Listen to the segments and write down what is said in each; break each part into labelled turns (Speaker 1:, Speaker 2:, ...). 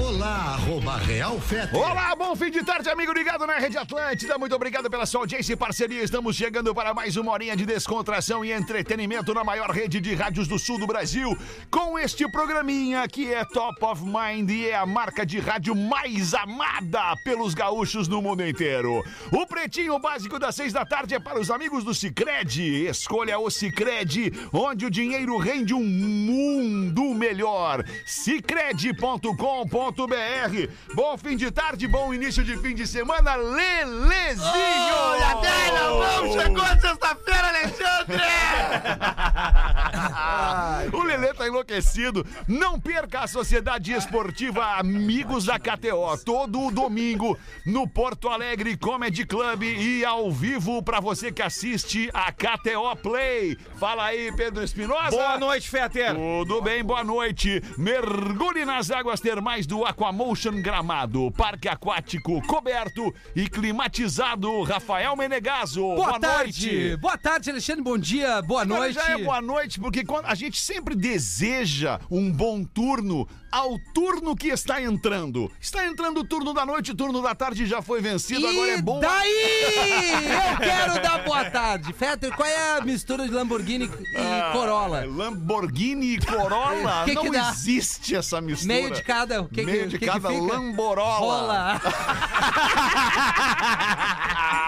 Speaker 1: Olá, arroba Real Fete.
Speaker 2: Olá, bom fim de tarde, amigo ligado na Rede Atlântida. Muito obrigado pela sua audiência e parceria. Estamos chegando para mais uma horinha de descontração e entretenimento na maior rede de rádios do sul do Brasil. Com este programinha que é top of mind e é a marca de rádio mais amada pelos gaúchos no mundo inteiro. O Pretinho Básico das seis da tarde é para os amigos do Cicred. Escolha o Cicred, onde o dinheiro rende um mundo melhor. Cicred.com.br. Bom fim de tarde, bom início de fim de semana. Lelezinho!
Speaker 3: Olha, Adélia, vamos, chegou a sexta-feira, Alexandre!
Speaker 2: O Lelê tá enlouquecido. Não perca a Sociedade Esportiva Amigos da KTO. Todo domingo no Porto Alegre Comedy Club e ao vivo pra você que assiste a KTO Play. Fala aí, Pedro Espinosa.
Speaker 4: Boa noite, Feter.
Speaker 2: Tudo bem, boa noite. Mergulhe nas águas termais do Aquamotion Gramado, parque aquático coberto e climatizado. Rafael Menegaso.
Speaker 4: Boa, tarde. Boa tarde, Alexandre. Bom dia, boa
Speaker 2: Agora
Speaker 4: noite.
Speaker 2: já é boa noite, porque quando a gente sempre deseja um bom turno ao turno que está entrando. Está entrando o turno da noite, o turno da tarde já foi vencido,
Speaker 4: E
Speaker 2: agora é bom.
Speaker 4: daí? Eu quero dar boa tarde. Fetter, qual é a mistura de Lamborghini e Corolla?
Speaker 2: Ah, é Lamborghini e Corolla?
Speaker 4: Que que
Speaker 2: Não
Speaker 4: dá?
Speaker 2: existe essa mistura.
Speaker 4: Meio de cada. O que,
Speaker 2: Meio
Speaker 4: que,
Speaker 2: de
Speaker 4: que
Speaker 2: cada
Speaker 4: que fica?
Speaker 2: Lamborola.
Speaker 4: Rola.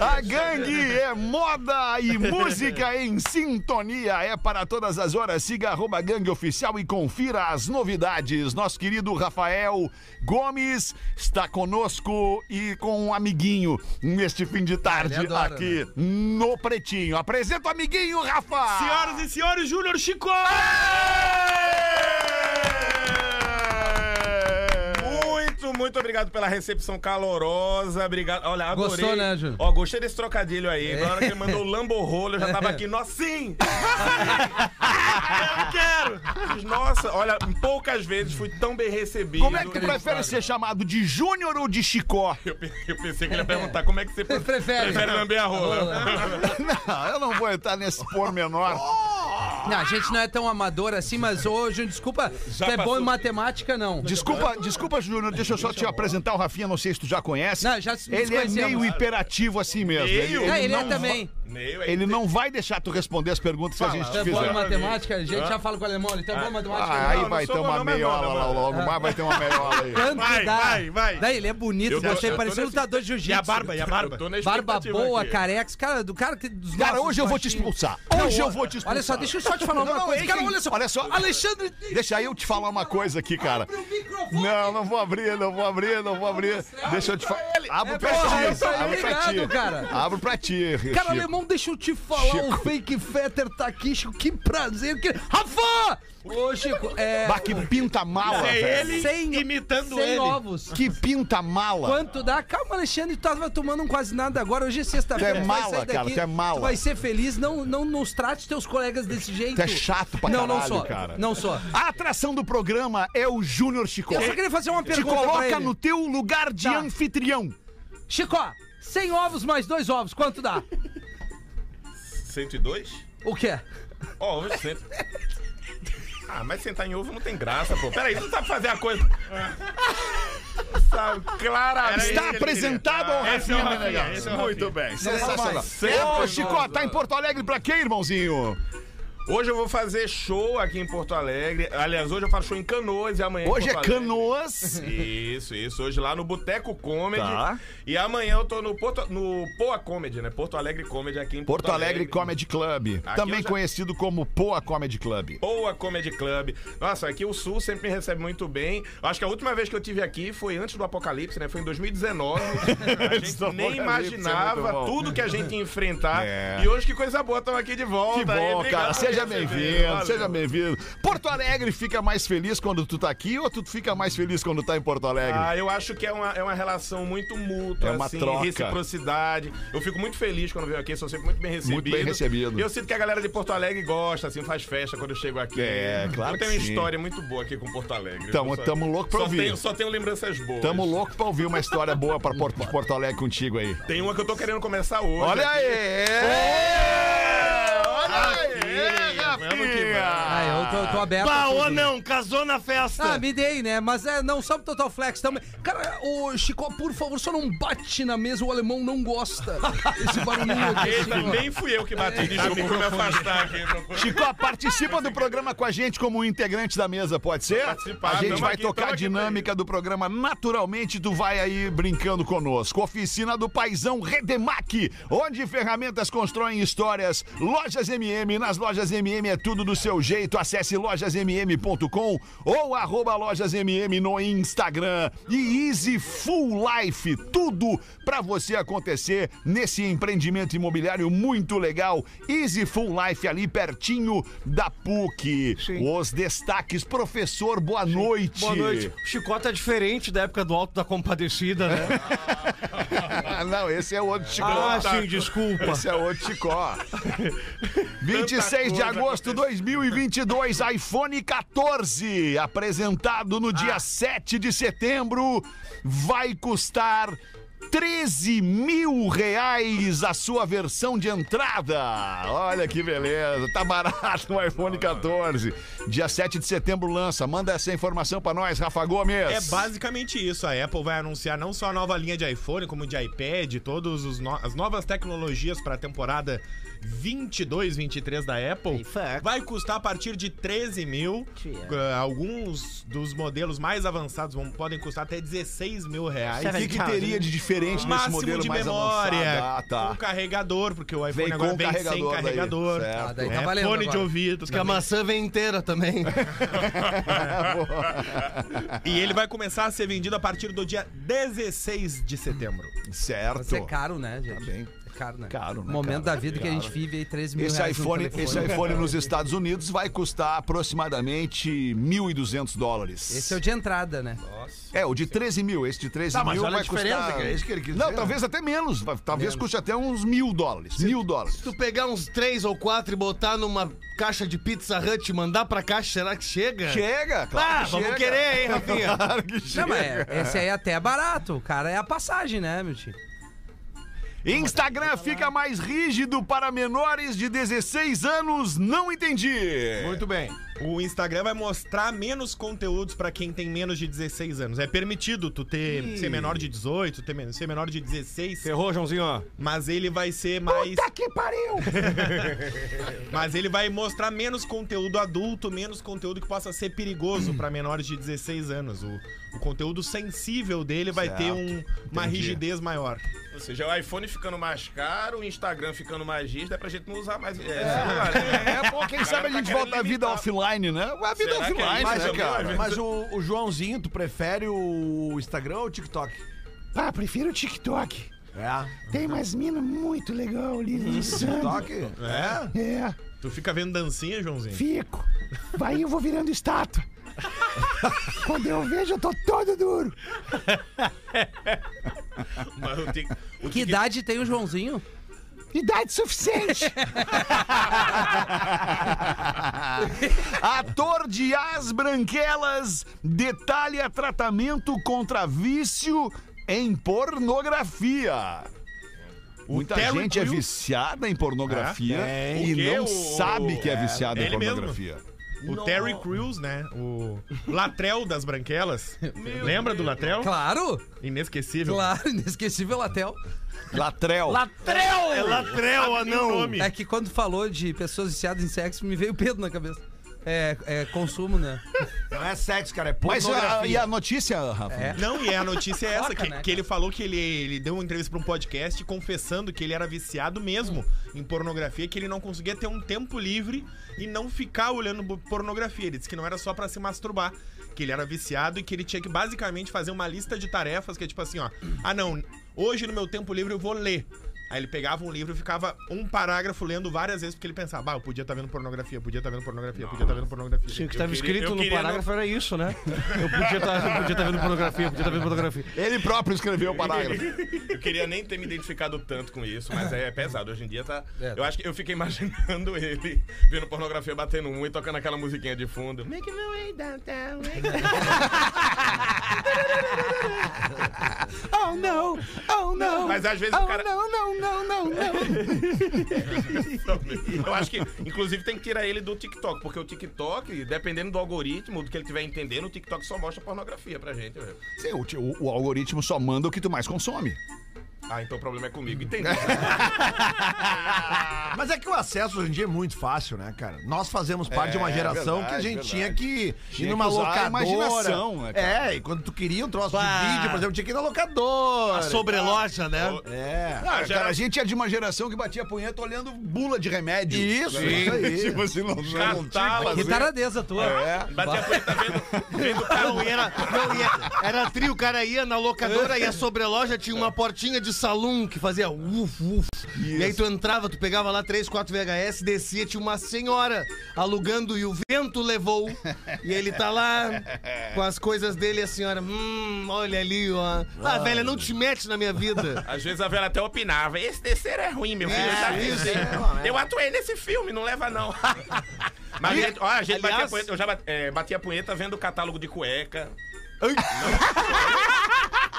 Speaker 2: A gangue é moda e música em sintonia. É para todas as horas. Siga arroba gangue oficial e confira as novidades. Nosso querido Rafael Gomes está conosco e com um amiguinho neste fim de tarde
Speaker 4: Ele adora,
Speaker 2: aqui
Speaker 3: né?
Speaker 2: no Pretinho. Apresenta o amiguinho, Rafa!
Speaker 3: Senhoras e senhores, Júnior Chico! Muito, muito obrigado pela recepção calorosa. Obrigado. Olha, adorei.
Speaker 4: Gostou, né, Júnior?
Speaker 3: Ó, gostei desse trocadilho aí. Na hora que ele mandou o lamborrolo, eu já tava aqui. Nossa, sim! eu quero! Fiz, Nossa, olha, poucas vezes fui tão bem recebido.
Speaker 2: Como é que tu prefere ser chamado de Júnior ou de Chicó?
Speaker 3: Eu pe- eu pensei que ele ia perguntar como é que você pre-
Speaker 4: Prefere.
Speaker 3: prefere lamber a rola.
Speaker 2: Não, eu não vou entrar nesse pormenor.
Speaker 4: Não, a gente não é tão amador assim, mas hoje, desculpa,
Speaker 3: Já
Speaker 4: tu é bom
Speaker 3: passou.
Speaker 4: em matemática, não.
Speaker 2: Desculpa, desculpa, Júnior, deixa eu só te apresentar o Rafinha, não sei se tu já conhece.
Speaker 4: Não, já se-
Speaker 2: ele é
Speaker 4: conhecemos.
Speaker 2: meio hiperativo assim mesmo.
Speaker 3: Meio?
Speaker 2: Ele,
Speaker 4: Ah,
Speaker 2: ele
Speaker 4: ele
Speaker 2: não,
Speaker 4: é também.
Speaker 3: Meu, é aí
Speaker 2: ele
Speaker 3: tem-
Speaker 2: não vai deixar tu responder as perguntas
Speaker 3: Ah,
Speaker 2: que a gente
Speaker 4: Tu é
Speaker 2: te
Speaker 4: bom em
Speaker 2: fizer.
Speaker 4: matemática, a gente já fala com o alemão, ele tá bom em matemática.
Speaker 2: Ah, aí
Speaker 3: Não,
Speaker 2: vai
Speaker 3: não sou
Speaker 2: ter uma
Speaker 3: meu nome,
Speaker 2: meiola
Speaker 3: não,
Speaker 2: lá
Speaker 3: mano.
Speaker 2: logo, mas vai ter uma meiola aí.
Speaker 4: Ah. Tanto
Speaker 3: Vai,
Speaker 4: que dá.
Speaker 3: vai, vai.
Speaker 4: Daí, ele é bonito,
Speaker 3: Eu tô-
Speaker 4: gostei,
Speaker 3: eu tô
Speaker 4: parecia um
Speaker 3: nesse-
Speaker 4: lutador de jiu-jitsu.
Speaker 5: E a barba, e a barba?
Speaker 3: Eu tô na
Speaker 4: Barba
Speaker 3: expectativa
Speaker 4: boa,
Speaker 3: aqui.
Speaker 4: carex, cara, do cara que. Dos
Speaker 2: Cara,
Speaker 4: nossos
Speaker 2: hoje eu vou te
Speaker 4: baixinhos.
Speaker 2: expulsar. Hoje eu vou te expulsar.
Speaker 4: Olha só, deixa eu só te falar uma
Speaker 2: Não, não,
Speaker 4: coisa.
Speaker 2: ei,
Speaker 4: Cara,
Speaker 2: quem-
Speaker 4: olha só.
Speaker 2: olha só.
Speaker 4: Alexandre.
Speaker 2: Deixa eu te falar uma coisa aqui, cara.
Speaker 4: Abre o microfone.
Speaker 2: Não, não vou abrir, não vou abrir, não vou abrir. Deixa eu te falar. Abro pra
Speaker 4: É, porra, eu
Speaker 2: ti,
Speaker 4: tô
Speaker 2: abro pra
Speaker 4: ligado,
Speaker 2: ti.
Speaker 4: cara.
Speaker 2: Abro pra ti.
Speaker 4: Cara,
Speaker 2: Chico.
Speaker 4: alemão, deixa eu te falar. O fake fetter tá aqui, Chico. Que prazer. Que... Rafa! Ô, Chico, é.
Speaker 2: Bah, que pinta mala,
Speaker 5: É
Speaker 2: velho.
Speaker 5: ele imitando
Speaker 4: sem
Speaker 5: ele.
Speaker 4: ovos.
Speaker 2: Que pinta mala.
Speaker 4: Quanto dá? Calma, Alexandre, tu tava tomando um quase nada agora. Hoje é sexta-feira.
Speaker 2: Tu é
Speaker 4: tu vai
Speaker 2: mala,
Speaker 4: sair
Speaker 2: cara,
Speaker 4: daqui,
Speaker 2: tu é mala.
Speaker 4: vai ser feliz. Não, não nos trate teus colegas desse jeito.
Speaker 2: Tu é chato pra
Speaker 4: não, não
Speaker 2: caralho,
Speaker 4: sou.
Speaker 2: cara.
Speaker 4: Não sou.
Speaker 2: A atração do programa é o Júnior Chicó.
Speaker 4: Eu só queria fazer uma
Speaker 2: Te
Speaker 4: pergunta pra
Speaker 2: coloca
Speaker 4: ele.
Speaker 2: no teu lugar de
Speaker 4: Tá.
Speaker 2: anfitrião.
Speaker 4: Chico, 100 ovos mais dois ovos, quanto dá?
Speaker 3: 102?
Speaker 4: O quê?
Speaker 3: Ó, hoje sempre. Ah, mas sentar em ovo não tem graça, pô. Peraí, tu não sabe fazer a coisa. Sabe, claramente.
Speaker 5: Era isso
Speaker 2: Está
Speaker 5: que ele
Speaker 2: apresentado ao
Speaker 5: queria. Ah, esse é o
Speaker 2: Rafinha
Speaker 5: Rafinha,
Speaker 2: Menegas.
Speaker 5: esse é o
Speaker 2: Muito
Speaker 5: Rafinha.
Speaker 2: bem,
Speaker 4: mais.
Speaker 2: sensacional. Ô, Chicó, tá em Porto Alegre pra quê, irmãozinho?
Speaker 3: Hoje eu vou fazer show aqui em Porto Alegre. Aliás, hoje eu faço show em Canoas e amanhã. em
Speaker 2: Hoje é
Speaker 3: Porto Alegre.
Speaker 2: Canoas.
Speaker 3: Isso, isso. Hoje lá no Boteco Comedy.
Speaker 2: Tá.
Speaker 3: E amanhã eu tô no, Porto, no Poa Comedy, né? Porto Alegre Comedy aqui em Porto,
Speaker 2: Porto Alegre Comedy Club,
Speaker 3: Aqui
Speaker 2: também
Speaker 3: eu já-
Speaker 2: conhecido como Poa Comedy Club.
Speaker 3: Boa Comedy Club. Nossa, aqui o Sul sempre me recebe muito bem. Acho que a última vez que eu tive aqui foi antes do apocalipse, né? Foi em 2019. A
Speaker 2: Antes do
Speaker 3: gente nem
Speaker 2: apocalipse, é muito bom.
Speaker 3: imaginava tudo que a gente ia enfrentar.
Speaker 2: É.
Speaker 3: E hoje que coisa boa, estamos aqui de volta.
Speaker 2: Que bom,
Speaker 3: Obrigado
Speaker 2: cara.
Speaker 3: por
Speaker 2: Seja
Speaker 3: receber.
Speaker 2: bem-vindo,
Speaker 3: Valeu.
Speaker 2: seja bem-vindo. Porto Alegre fica mais feliz quando tu tá aqui ou tu fica mais feliz quando tá em Porto Alegre?
Speaker 3: Ah, eu acho que é uma, é uma relação muito mútua,
Speaker 2: É uma
Speaker 3: assim,
Speaker 2: troca.
Speaker 3: reciprocidade. Eu fico muito feliz quando venho aqui, sou sempre muito bem recebido.
Speaker 2: Muito bem recebido.
Speaker 3: E eu sinto que a galera de Porto Alegre gosta, assim, faz festa quando eu chego aqui.
Speaker 2: É, claro
Speaker 3: Eu
Speaker 2: que
Speaker 3: tenho uma
Speaker 2: sim.
Speaker 3: história muito boa aqui com Porto Alegre.
Speaker 2: Tamo-
Speaker 3: Eu só-
Speaker 2: tamo louco pra
Speaker 3: só
Speaker 2: ouvir.
Speaker 3: Tenho, só tenho lembranças boas.
Speaker 2: Tamo louco pra ouvir uma história boa pra Porto, de Porto Alegre contigo aí.
Speaker 3: Tem uma que eu tô querendo começar hoje.
Speaker 2: Olha aí! Olha aí,
Speaker 3: Vamos que vamos.
Speaker 2: Rafinha!
Speaker 4: Ah, eu tô, tô aberto. a
Speaker 5: Pá,
Speaker 4: tudo.
Speaker 5: ou não, casou na festa.
Speaker 4: Ah, me dei, né? Mas é, não, só pro Total Flex também. Cara, ô Chico, por favor, só não bate na mesa, o alemão não gosta. Esse barulhinho aqui.
Speaker 3: Ele
Speaker 4: Chico.
Speaker 3: também fui eu que bati. Desculpa, vou me afastar aqui. então, procura-
Speaker 2: Chico, participa do programa com a gente como integrante da mesa, pode ser?
Speaker 3: Participar,
Speaker 2: A gente
Speaker 3: tamo
Speaker 2: vai
Speaker 3: aqui,
Speaker 2: tocar
Speaker 3: tamo
Speaker 2: a
Speaker 3: aqui
Speaker 2: dinâmica do programa naturalmente, tu vai aí brincando conosco. Oficina do Paizão Redemac, onde ferramentas constroem histórias. Lojas MM, nas lojas MM é tudo do seu jeito. Acesse lojasmm.com ou arroba lojasmm no Instagram. E Easy Full Life, tudo pra você acontecer nesse empreendimento imobiliário muito legal. Easy Full Life ali pertinho da PUC. Os destaques, professor, boa noite.
Speaker 5: Boa noite. Chicota é diferente da época do Alto da Compadecida, né?
Speaker 2: Ah, Não, esse é outro Chicó.
Speaker 5: ah, sim, desculpa.
Speaker 2: Esse é outro Chicó. 26 de agosto de 2022, iPhone 14, apresentado no
Speaker 5: Ah.
Speaker 2: dia 7 de setembro, vai custar 13 mil reais a sua versão de entrada. Olha que beleza, tá barato o iPhone 14. Dia 7 de setembro lança, manda essa informação pra nós, Rafa Gomes.
Speaker 6: É basicamente isso. A Apple vai anunciar não só a nova linha de iPhone, como de iPad, todas as novas tecnologias para a temporada 22, 23 da Apple. Vai custar a partir de 13 mil. Ah, Alguns dos modelos mais avançados vão, podem custar até 16 mil reais.
Speaker 2: O que, que teria de diferente nesse
Speaker 6: Máximo
Speaker 2: modelo
Speaker 6: de
Speaker 2: mais
Speaker 6: memória,
Speaker 2: avançado? Ah, tá.
Speaker 6: com carregador, porque o iPhone
Speaker 2: Vem
Speaker 6: agora
Speaker 2: com
Speaker 6: vem
Speaker 2: carregador daí,
Speaker 6: sem carregador.
Speaker 2: certo.
Speaker 4: Ah, daí tá
Speaker 6: É,
Speaker 4: valendo.
Speaker 6: fone de
Speaker 4: agora.
Speaker 6: ouvido.
Speaker 5: Que a maçã vem inteira também.
Speaker 6: E ele vai começar a ser vendido a partir do dia 16 de setembro.
Speaker 4: Mas é
Speaker 2: certo.
Speaker 4: caro, né, gente?
Speaker 2: Tá bem.
Speaker 4: É caro, né?
Speaker 2: Caro, né,
Speaker 4: Momento
Speaker 2: cara?
Speaker 4: da vida que a gente vive aí, 13 mil
Speaker 2: Esse
Speaker 4: reais no
Speaker 2: iPhone,
Speaker 4: telefone.
Speaker 2: esse iPhone nos Estados Unidos vai custar aproximadamente 1.200 dólares.
Speaker 4: Esse é o de entrada, né?
Speaker 2: É, o de 13 mil. Esse de
Speaker 5: Tá,
Speaker 2: 13 mil vai custar...
Speaker 5: que ele quis
Speaker 2: Não, talvez até menos. vai- Talvez custe até uns mil dólares. Mil dólares.
Speaker 5: Se tu pegar uns três ou quatro e botar numa caixa de Pizza Hut e mandar pra caixa, será que chega?
Speaker 2: Chega,
Speaker 5: Ah,
Speaker 2: claro que
Speaker 5: vamos
Speaker 2: chega.
Speaker 5: querer, hein, Rafinha?
Speaker 2: Claro que chega.
Speaker 4: Não, mas é- esse aí até é barato, o cara. É a passagem, né, meu tio?
Speaker 2: Instagram fica mais rígido para menores de 16 anos. Não entendi.
Speaker 3: Muito bem.
Speaker 6: O Instagram vai mostrar menos conteúdos pra quem tem menos de 16 anos. É permitido tu ter ser menor de 18, ter men- ser menor de 16,
Speaker 5: Ferrou, Joãozinho, ó.
Speaker 6: mas ele vai ser mais
Speaker 2: que pariu!
Speaker 6: Mas ele vai mostrar menos conteúdo adulto, menos conteúdo que possa ser perigoso pra menores de 16 anos. O, o conteúdo sensível dele vai ter um- uma rigidez maior.
Speaker 3: Ou seja, é o iPhone ficando mais caro, o Instagram ficando mais rígido, é pra gente não usar mais. É, celular, né?
Speaker 2: É, pô, quem sabe a gente volta à vida offline, né? A vida
Speaker 3: Tá. Será que é
Speaker 2: offline,
Speaker 3: isso
Speaker 2: né,
Speaker 3: também,
Speaker 2: cara?
Speaker 3: né?
Speaker 7: Mas o, o Joãozinho, tu prefere o Instagram ou o TikTok?
Speaker 2: Ah, prefiro o TikTok.
Speaker 7: É.
Speaker 2: Tem umas minas muito legal ali
Speaker 7: TikTok?
Speaker 6: É?
Speaker 2: É,
Speaker 6: Tu fica vendo dancinha, Joãozinho?
Speaker 2: fico. Vai eu vou virando estátua. Quando eu vejo, eu tô todo duro.
Speaker 3: Mas o tic- o
Speaker 4: Que
Speaker 3: tic-
Speaker 4: idade tem o Joãozinho?
Speaker 2: Idade suficiente. Ator de As Branquelas detalha tratamento contra vício em pornografia. Muita
Speaker 6: Terry
Speaker 2: gente é
Speaker 6: Crews-
Speaker 2: viciada em pornografia
Speaker 6: É, tem.
Speaker 2: e
Speaker 6: O quê?
Speaker 2: não
Speaker 6: O-
Speaker 2: sabe que é
Speaker 6: é,
Speaker 2: viciada em
Speaker 6: ele mesmo.
Speaker 2: pornografia.
Speaker 6: O Terry Crews, né? O Latrel das Branquelas. Lembra do Latrel?
Speaker 4: Claro,
Speaker 6: Inesquecível.
Speaker 4: claro, inesquecível Latel.
Speaker 2: Latrel.
Speaker 4: Latrel!
Speaker 5: É latrel, anão.
Speaker 4: É que quando falou de pessoas viciadas em sexo, me veio Pedro na cabeça. É, é consumo, né?
Speaker 7: Não é sexo, cara, é
Speaker 2: Mas a, e
Speaker 7: pornografia.
Speaker 2: a notícia, Rafa?
Speaker 4: É.
Speaker 6: Não, e a notícia é essa,
Speaker 4: Foca,
Speaker 6: que,
Speaker 4: né,
Speaker 6: que ele falou que ele, ele deu uma entrevista pra um podcast confessando que ele era viciado mesmo em pornografia, que ele não conseguia ter um tempo livre e não ficar olhando bo- pornografia. Ele disse que não era só pra se masturbar, que ele era viciado e que ele tinha que basicamente fazer uma lista de tarefas que é tipo assim, ó, ah não, hoje no meu tempo livre eu vou ler. Aí ele pegava um livro e ficava um parágrafo lendo várias vezes, porque ele pensava, bah, eu podia estar vendo pornografia, podia estar vendo pornografia, podia estar vendo pornografia.
Speaker 5: O que estava
Speaker 3: queria- eu
Speaker 5: escrito no
Speaker 3: queria
Speaker 5: parágrafo era isso, né? Eu podia estar vendo pornografia, podia estar vendo pornografia.
Speaker 2: Ele próprio escreveu o parágrafo.
Speaker 3: Eu queria nem ter me identificado tanto com isso, mas é pesado. Hoje em dia tá. Eu acho que eu fiquei imaginando ele vendo pornografia batendo um e tocando aquela musiquinha de fundo. Make my way downtown. make-
Speaker 4: Oh, não! Oh, não, não.
Speaker 3: Mas às vezes o
Speaker 4: Oh,
Speaker 3: cara-
Speaker 4: Não, não, não, não, não.
Speaker 3: Eu acho que, inclusive, tem que tirar ele do TikTok, porque o TikTok, dependendo do algoritmo, do que ele estiver entendendo, o TikTok só mostra pornografia pra gente, velho.
Speaker 2: Sim, o, ti- o- o algoritmo só manda o que tu mais consome.
Speaker 3: Ah, então o problema é comigo. Entendi.
Speaker 7: Mas é que o acesso hoje em dia é muito fácil, né, cara? Nós fazemos parte de uma
Speaker 2: É,
Speaker 7: geração
Speaker 2: verdade,
Speaker 7: que a gente
Speaker 2: verdade.
Speaker 7: tinha que
Speaker 2: Tinha
Speaker 7: ir numa
Speaker 2: que usar a
Speaker 7: locadora.
Speaker 2: imaginação, né, cara?
Speaker 7: É, e quando tu queria um troço
Speaker 5: Bah.
Speaker 7: de vídeo, por exemplo, tinha que ir na locadora.
Speaker 5: Sobreloja, né?
Speaker 7: É.
Speaker 2: Ah,
Speaker 3: já-
Speaker 2: cara, a gente é de uma geração que batia punheta olhando bula de remédio.
Speaker 7: Isso, isso aí.
Speaker 2: tipo assim, não, não,
Speaker 3: é
Speaker 2: não
Speaker 3: tá
Speaker 2: tinha
Speaker 4: Que taradeza tua.
Speaker 5: É.
Speaker 3: Bater a punheta vendo, vendo o
Speaker 5: Não, e era, não, e era, era trio, o cara ia na locadora e a sobreloja tinha uma portinha de salão que fazia uf, uf. E aí tu entrava, tu pegava lá 3, 4 VHS, descia, tinha uma senhora alugando e o vento levou. E ele tá lá com as coisas dele e a senhora, hum, olha ali, ó. Ah, velha, não te mete na minha vida.
Speaker 3: Às vezes a Vera até opinava, esse terceiro é ruim, meu filho.
Speaker 5: É,
Speaker 3: tá
Speaker 5: isso,
Speaker 3: dizendo.
Speaker 5: é, mano, é.
Speaker 3: Eu atuei nesse filme, não leva não. Mas, gente, ó, a gente batia a
Speaker 5: aliás-
Speaker 3: punheta, eu já bati, é, bati a punheta vendo o catálogo de cueca. Não,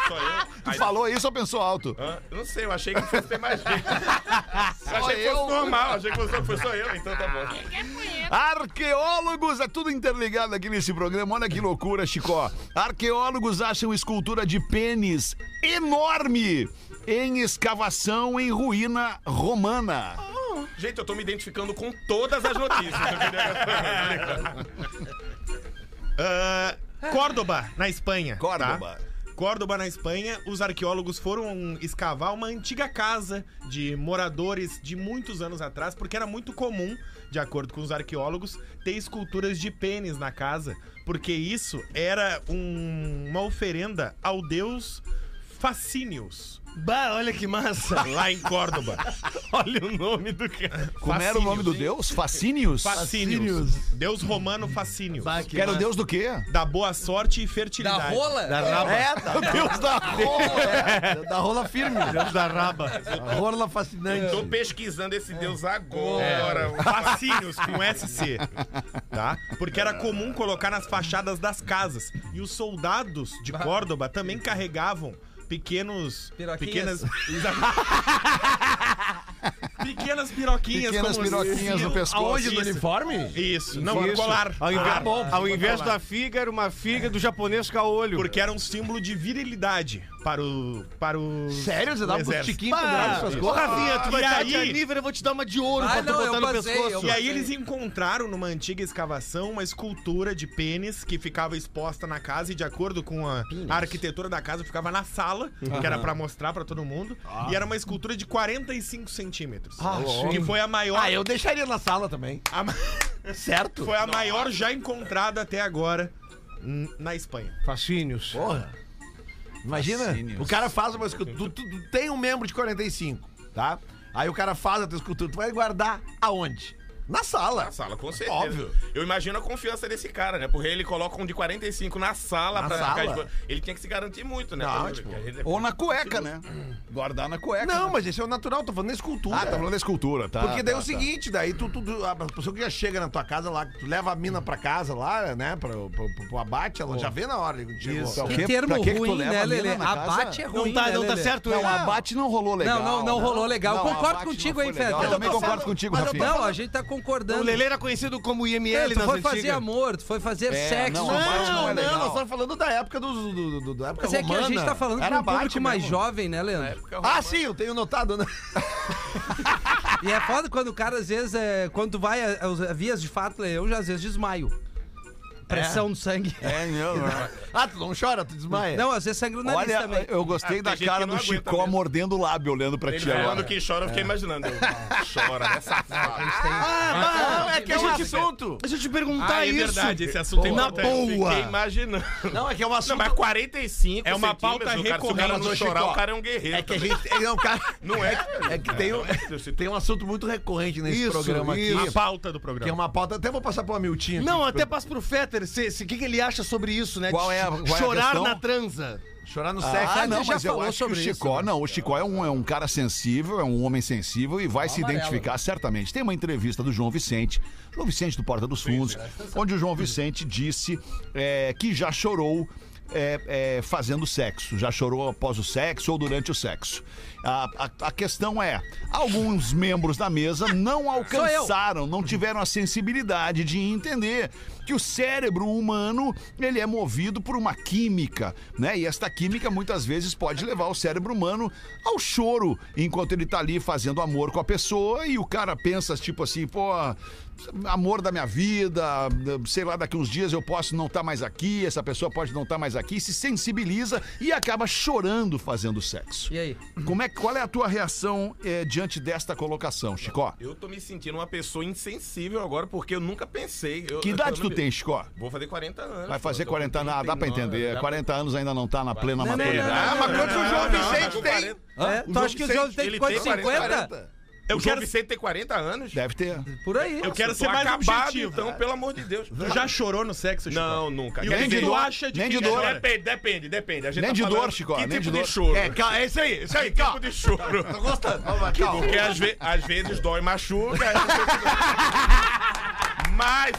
Speaker 3: só eu.
Speaker 2: Tu
Speaker 3: Aí-
Speaker 2: falou isso ou pensou alto?
Speaker 3: Hã? Eu não sei, eu achei que fosse ter mais gente. Eu achei que fosse normal, achei que fosse, foi só eu, então tá bom.
Speaker 2: Arqueólogos, é tudo interligado aqui nesse programa. Olha que loucura, Chicó. Arqueólogos acham escultura de pênis enorme em escavação em ruína romana.
Speaker 3: Gente, eu tô me identificando com todas as notícias. entendeu?
Speaker 6: Ah, Córdoba, na Espanha. tá?
Speaker 2: Córdoba.
Speaker 6: Córdoba, na Espanha, os arqueólogos foram escavar uma antiga casa de moradores de muitos anos atrás, porque era muito comum, de acordo com os arqueólogos, ter esculturas de pênis na casa, porque isso era um- uma oferenda ao deus Facínios,
Speaker 5: Bah, olha que massa.
Speaker 6: lá em Córdoba.
Speaker 5: Olha o nome do cara.
Speaker 2: Como era o nome do deus? Fascínios?
Speaker 6: Facínios. Deus romano Facínios.
Speaker 5: Bah, que
Speaker 2: Que era o
Speaker 5: massa.
Speaker 2: deus do quê?
Speaker 6: Da boa sorte e
Speaker 4: Da
Speaker 6: fertilidade.
Speaker 4: rola?
Speaker 7: É, da,
Speaker 2: Deus da
Speaker 7: rola, é, da rola firme.
Speaker 5: Deus da raba.
Speaker 7: Da rola fascinante.
Speaker 3: Tô pesquisando esse deus
Speaker 5: É.
Speaker 3: agora.
Speaker 6: Fascínios com SC, tá? Porque era comum colocar nas fachadas das casas. E os soldados de Córdoba também carregavam pequenos
Speaker 4: Piroquinhas.
Speaker 6: pequenas pequenas piroquinhas
Speaker 2: Pequenas
Speaker 6: como
Speaker 2: piroquinhas no pescoço.
Speaker 5: Aonde? No
Speaker 6: Isso.
Speaker 5: uniforme?
Speaker 6: Isso, não no colar.
Speaker 5: Ao invés,
Speaker 6: Ah, bom.
Speaker 5: ao invés da figa, era uma figa do japonês caolho.
Speaker 6: Porque era um símbolo de virilidade para o para o
Speaker 7: Sério, você dava
Speaker 6: o
Speaker 7: uns
Speaker 6: exército. Ah,
Speaker 7: tiquinhos pendurados suas
Speaker 5: Ô,
Speaker 7: coisas?
Speaker 5: Rafinha, tu vai
Speaker 6: E
Speaker 5: estar
Speaker 6: aí?
Speaker 5: de aníver, eu vou te dar uma de ouro
Speaker 4: Ah,
Speaker 5: pra tu
Speaker 4: não,
Speaker 5: botar
Speaker 4: eu
Speaker 5: no
Speaker 4: passei,
Speaker 5: pescoço.
Speaker 6: Então, E aí eles encontraram numa antiga escavação uma escultura de pênis que ficava exposta na casa e de acordo com a, a arquitetura da casa ficava na sala, que era pra mostrar pra todo mundo, e era uma escultura de 45 centímetros. que foi a maior
Speaker 7: Ah, eu deixaria na sala também.
Speaker 6: a ma-
Speaker 7: Ah, Certo?
Speaker 6: foi a maior já encontrada até agora hum, na Espanha.
Speaker 5: Fascínios.
Speaker 7: Porra. Imagina, o cara faz uma escultura. Tu, tu- tu tem um membro de 45, tá? Aí o cara faz a tua escultura. Tu vai guardar aonde? Na sala.
Speaker 3: Na sala, com certeza.
Speaker 7: Óbvio.
Speaker 3: Eu imagino a confiança desse cara, né? Porque ele coloca um de 45 na sala
Speaker 7: Na
Speaker 3: pra
Speaker 7: sala?
Speaker 3: ficar de- Ele tinha que se garantir muito, né?
Speaker 7: Não,
Speaker 3: Pra-
Speaker 7: tipo,
Speaker 3: que a gente-
Speaker 2: Ou na cueca, né? Guardar na cueca.
Speaker 7: Não, mas esse é o natural, tô falando da escultura.
Speaker 2: Ah, tá falando da escultura, tá?
Speaker 7: Porque daí é
Speaker 2: tá,
Speaker 7: o seguinte, daí tu, tu- tu- a pessoa que já chega na tua casa lá, tu leva a mina pra casa lá, né, pro, pro, pro- pro abate, ela já vê na hora que chegou.
Speaker 2: Isso.
Speaker 4: Que
Speaker 2: Pra quê?
Speaker 4: termo
Speaker 2: Pra que que tu
Speaker 4: ruim,
Speaker 2: leva
Speaker 4: né,
Speaker 2: a mina
Speaker 4: Lelê?
Speaker 2: na casa?
Speaker 4: Abate é
Speaker 5: Não
Speaker 4: ruim,
Speaker 5: tá-
Speaker 4: né,
Speaker 5: não tá
Speaker 4: Lelê?
Speaker 5: certo,
Speaker 2: Não,
Speaker 5: hein?
Speaker 2: o abate não rolou legal. né?
Speaker 4: Não, não, não rolou legal.
Speaker 2: Não,
Speaker 4: Concordo
Speaker 2: abate
Speaker 4: contigo,
Speaker 2: não foi
Speaker 4: hein,
Speaker 2: legal.
Speaker 4: Fetter?
Speaker 2: Eu também concordo contigo,
Speaker 7: mas eu
Speaker 2: Rafinha.
Speaker 4: Não, a gente tá
Speaker 5: O
Speaker 4: concordando.
Speaker 5: Lele era conhecido como
Speaker 4: É,
Speaker 5: IML
Speaker 4: tu
Speaker 5: nas
Speaker 4: foi
Speaker 5: antigas.
Speaker 4: fazer amor, tu foi fazer
Speaker 2: É,
Speaker 4: sexo.
Speaker 2: não,
Speaker 7: Não,
Speaker 2: abate
Speaker 7: não,
Speaker 2: não é legal.
Speaker 7: nós estamos falando da época dos- do, do- da época
Speaker 4: Mas é que
Speaker 7: romana.
Speaker 4: a gente tá falando
Speaker 7: Era
Speaker 4: com um público
Speaker 7: abate
Speaker 4: mais
Speaker 7: mesmo.
Speaker 4: jovem, né,
Speaker 5: É.
Speaker 4: Leandro?
Speaker 7: Ah, sim, eu tenho notado, né?
Speaker 4: E é foda quando o cara, às vezes, é, quando tu vai às vias de fato, né, eu já às vezes desmaio. Pressão no sangue.
Speaker 2: É, não, não.
Speaker 7: Ah, tu não chora, tu desmaia.
Speaker 4: Não, às vezes sangue no nariz
Speaker 2: Olha,
Speaker 4: também.
Speaker 2: eu gostei
Speaker 3: Ah,
Speaker 2: da
Speaker 3: tem gente
Speaker 2: cara
Speaker 3: que não
Speaker 2: do
Speaker 3: aguenta
Speaker 2: Chicó
Speaker 3: mesmo.
Speaker 2: mordendo o lábio, olhando pra
Speaker 3: Ele tá
Speaker 2: ti agora.
Speaker 3: falando que chora, eu fiquei imaginando. Chora, né, safado?
Speaker 5: Ah,
Speaker 7: não, é que é um
Speaker 5: deixa eu te-
Speaker 7: assunto.
Speaker 5: Deixa eu te perguntar
Speaker 6: Ah, é
Speaker 5: isso.
Speaker 6: verdade, esse assunto é
Speaker 5: Na
Speaker 6: importante.
Speaker 5: boa.
Speaker 3: Fiquei imaginando.
Speaker 7: Não, é que é um
Speaker 3: Não,
Speaker 7: assunto.
Speaker 3: mas 45
Speaker 6: É uma pauta
Speaker 3: centímetros, cara, Se o cara
Speaker 6: recorrente,
Speaker 3: não
Speaker 7: ô,
Speaker 3: chorar,
Speaker 7: Chicó.
Speaker 3: o cara é um guerreiro.
Speaker 7: É que a gente. É, não, cara,
Speaker 3: Não é?
Speaker 7: é que tem um, tem um assunto muito recorrente nesse
Speaker 5: Isso,
Speaker 7: programa aqui.
Speaker 5: isso.
Speaker 6: A pauta do
Speaker 7: Que é
Speaker 6: programa.
Speaker 7: uma pauta. Até vou passar pra uma Miltinha.
Speaker 5: Não, até passa pro Fetter. O que, que ele acha sobre isso, né?
Speaker 2: Qual
Speaker 5: De
Speaker 2: é a- qual é a
Speaker 5: chorar
Speaker 2: questão?
Speaker 5: na transa.
Speaker 7: Chorar no sexo.
Speaker 2: Ah,
Speaker 7: Sabe,
Speaker 2: não,
Speaker 7: já
Speaker 2: mas eu
Speaker 7: falou
Speaker 2: acho
Speaker 7: sobre
Speaker 2: que o
Speaker 7: isso, né?
Speaker 2: Chicó, não, o Chicó é um, é um cara sensível, é um homem sensível e vai se identificar certamente. Tem uma entrevista do João Vicente, João Vicente do Porta dos Fundos, onde o João Vicente disse é, que já chorou é, é, fazendo sexo. Já chorou após o sexo ou durante o sexo. A, a- a questão é: alguns membros da mesa não alcançaram, não tiveram a sensibilidade de entender que o cérebro humano ele é movido por uma química, né? E esta química muitas vezes pode levar o cérebro humano ao choro enquanto ele tá ali fazendo amor com a pessoa e o cara pensa tipo assim, pô, amor da minha vida, sei lá, daqui uns dias eu posso não estar mais aqui, essa pessoa pode não estar mais aqui, se sensibiliza e acaba chorando fazendo sexo.
Speaker 4: E aí?
Speaker 2: Como é qual é a tua reação eh, diante desta colocação, Chicó?
Speaker 3: Eu tô me sentindo uma pessoa insensível agora porque eu nunca pensei. eu-
Speaker 2: Que
Speaker 3: eu-
Speaker 2: idade tu
Speaker 3: eu-
Speaker 2: tem, Chicó?
Speaker 3: Vou fazer 40 anos.
Speaker 2: Vai fazer
Speaker 3: pô, tô com
Speaker 2: 40 anos, ah, dá pra
Speaker 3: 39,
Speaker 2: entender.
Speaker 3: dá pra-
Speaker 2: 40 anos ainda não tá na plena
Speaker 4: não, não,
Speaker 2: maturidade.
Speaker 4: não,
Speaker 7: Ah, mas quantos o João Vicente tem?
Speaker 4: É, tu acha que o
Speaker 7: Vicente,
Speaker 4: João Vicente tem
Speaker 3: ele
Speaker 4: quanto?
Speaker 3: tem 40,
Speaker 4: 50?
Speaker 3: o João Vicente tem 40 anos?
Speaker 2: Deve ter.
Speaker 4: Por aí.
Speaker 6: Eu quero
Speaker 3: Tô
Speaker 6: ser mais
Speaker 3: acabado,
Speaker 6: objetivo.
Speaker 3: então, pelo amor de Deus.
Speaker 6: Tu já chorou no sexo, Chico?
Speaker 3: Não, nunca.
Speaker 6: E o
Speaker 2: Nem
Speaker 6: que,
Speaker 2: de
Speaker 6: que tu
Speaker 2: dor,
Speaker 6: acha de
Speaker 2: nem
Speaker 6: quem
Speaker 2: de
Speaker 6: já
Speaker 2: dor.
Speaker 6: chorou?
Speaker 3: Depende, depende, depende. A gente
Speaker 2: Nem
Speaker 3: tá
Speaker 2: de
Speaker 3: falando
Speaker 2: dor, Chico,
Speaker 3: Que
Speaker 2: nem
Speaker 3: tipo
Speaker 2: de
Speaker 3: de,
Speaker 2: dor.
Speaker 3: choro?
Speaker 7: É, cal- é isso aí, isso aí,
Speaker 3: que tipo
Speaker 7: calma.
Speaker 3: de choro?
Speaker 7: Tô gostando. Vamos lá, calma.
Speaker 3: Porque às, ve- às vezes dói e machuca. Mas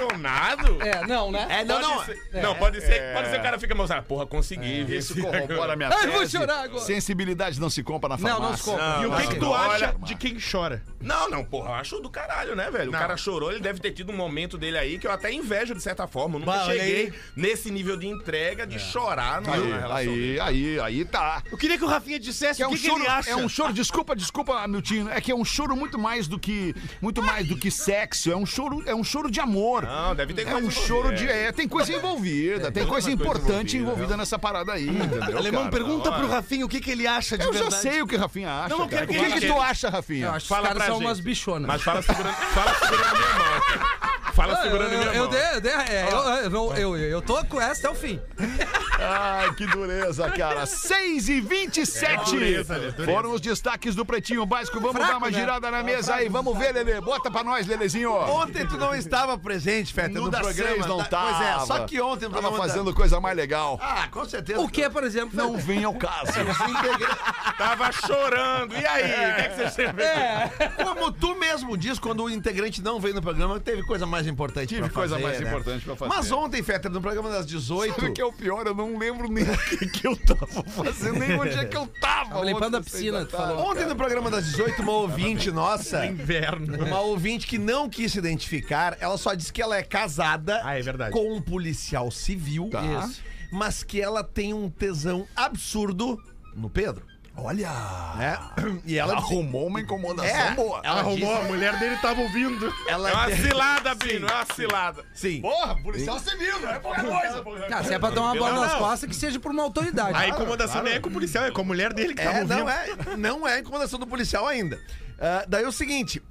Speaker 3: emocionado?
Speaker 4: É, não, né?
Speaker 7: É, não,
Speaker 3: Pode
Speaker 7: não.
Speaker 3: ser- não, pode ser, pode ser que o cara fica emocionado. Porra, consegui.
Speaker 2: Isso corrobora a minha
Speaker 4: Ai, vou
Speaker 2: tese.
Speaker 4: chorar agora.
Speaker 2: Sensibilidade não se compra na
Speaker 4: Não,
Speaker 2: farmácia.
Speaker 4: não se compra.
Speaker 6: E o que, que tu
Speaker 3: Olha-
Speaker 6: acha de quem chora?
Speaker 3: Não, não, porra, eu acho do caralho, né, velho? O cara chorou, ele deve ter tido um momento dele aí que eu até invejo de certa forma. Eu nunca
Speaker 5: Bah, olha
Speaker 3: cheguei
Speaker 5: aí.
Speaker 3: nesse nível de entrega de chorar numa numa relação.
Speaker 2: É. Aí, aí, aí, aí tá.
Speaker 5: Eu queria que o Rafinha dissesse
Speaker 2: Que é
Speaker 5: o
Speaker 2: um
Speaker 5: que, que
Speaker 2: choro,
Speaker 5: ele acha.
Speaker 2: é um choro, desculpa, desculpa, Miltinho, é que é um choro muito mais do que muito mais do que sexo, é um choro, é um choro de amor.
Speaker 3: Não, deve ter
Speaker 2: é um choro de é, tem coisa envolvida, tem coisa
Speaker 3: muita coisa
Speaker 2: importante
Speaker 3: envolvida,
Speaker 2: envolvida nessa parada aí, entendeu?
Speaker 5: Alemão,
Speaker 2: cara?
Speaker 5: pergunta pro Rafinha o que, que ele acha de
Speaker 2: Eu já
Speaker 5: verdade.
Speaker 2: sei o que Rafinha acha.
Speaker 5: Não, eu quero
Speaker 2: cara.
Speaker 5: que
Speaker 2: o que,
Speaker 5: ele-
Speaker 2: que tu acha, Rafinha?
Speaker 4: Eu acho que os
Speaker 3: Fala
Speaker 4: caras
Speaker 3: pra
Speaker 4: são
Speaker 3: gente.
Speaker 4: umas bichonas.
Speaker 3: Mas fala segurando, fala segurando minha mão. cara. Fala
Speaker 4: Ah, eu,
Speaker 3: segurando minha
Speaker 4: eu,
Speaker 3: mão.
Speaker 4: eu, dei- eu, dei- é, eu, eu, eu, eu- eu tô com essa até o fim.
Speaker 2: Ai, que dureza, cara. 6 e 27
Speaker 6: dureza,
Speaker 2: né?
Speaker 6: Lelê, dureza.
Speaker 2: Foram os destaques do Pretinho Básico. Vamos
Speaker 4: Fraco,
Speaker 2: dar uma
Speaker 4: né?
Speaker 2: girada na mesa aí. Vamos ver, Lelê. Bota pra nós, Lelezinho.
Speaker 7: Ontem tu não estava presente, Feta,
Speaker 2: No
Speaker 7: no
Speaker 2: da
Speaker 7: programa.
Speaker 2: seis não
Speaker 7: tá?
Speaker 2: tava.
Speaker 7: Pois é, só que ontem o
Speaker 2: Tava
Speaker 7: programa tá-
Speaker 2: fazendo coisa mais legal.
Speaker 7: Ah, com certeza.
Speaker 4: O que, por exemplo,
Speaker 2: Não vem ao caso.
Speaker 3: Tava chorando. E aí? O que, é que você escreveu?
Speaker 7: Como tu mesmo diz, quando o integrante não veio no programa, teve coisa mais importante
Speaker 2: Tive
Speaker 7: pra
Speaker 2: coisa
Speaker 7: fazer,
Speaker 2: mais
Speaker 7: né?
Speaker 2: importante pra fazer.
Speaker 7: Mas ontem, Feta, no programa das 18...
Speaker 2: Sabe o que é o pior? Eu não lembro nem o que, que eu tava fazendo, nem onde é que eu tava.
Speaker 4: Tava limpando
Speaker 2: ontem,
Speaker 4: a piscina,
Speaker 2: seis
Speaker 4: tu
Speaker 2: da tarde.
Speaker 4: falou.
Speaker 7: Ontem no programa das 18, uma ouvinte nossa,
Speaker 6: Inverno.
Speaker 7: uma ouvinte que não quis se identificar, ela só disse que ela é casada
Speaker 6: Ah, é verdade.
Speaker 7: com um policial civil,
Speaker 2: Tá.
Speaker 4: Isso.
Speaker 7: mas que ela tem um tesão absurdo no Pedro.
Speaker 2: Olha!
Speaker 7: Né? E ela
Speaker 2: Arrumou uma incomodação
Speaker 7: É,
Speaker 2: boa.
Speaker 7: ela disse-
Speaker 6: a mulher dele tava ouvindo.
Speaker 7: ela
Speaker 3: É uma cilada, Bino, é uma cilada.
Speaker 7: Sim.
Speaker 2: Porra, policial civil, não é pouca coisa.
Speaker 4: Ah, se é pra dar uma bola
Speaker 6: Não,
Speaker 4: nas
Speaker 6: não.
Speaker 4: costas, que seja por uma autoridade.
Speaker 6: A incomodação nem é com o policial, é com a mulher dele que tava
Speaker 7: É,
Speaker 6: ouvindo.
Speaker 7: não é, não é incomodação do policial ainda. Ah, daí é o seguinte.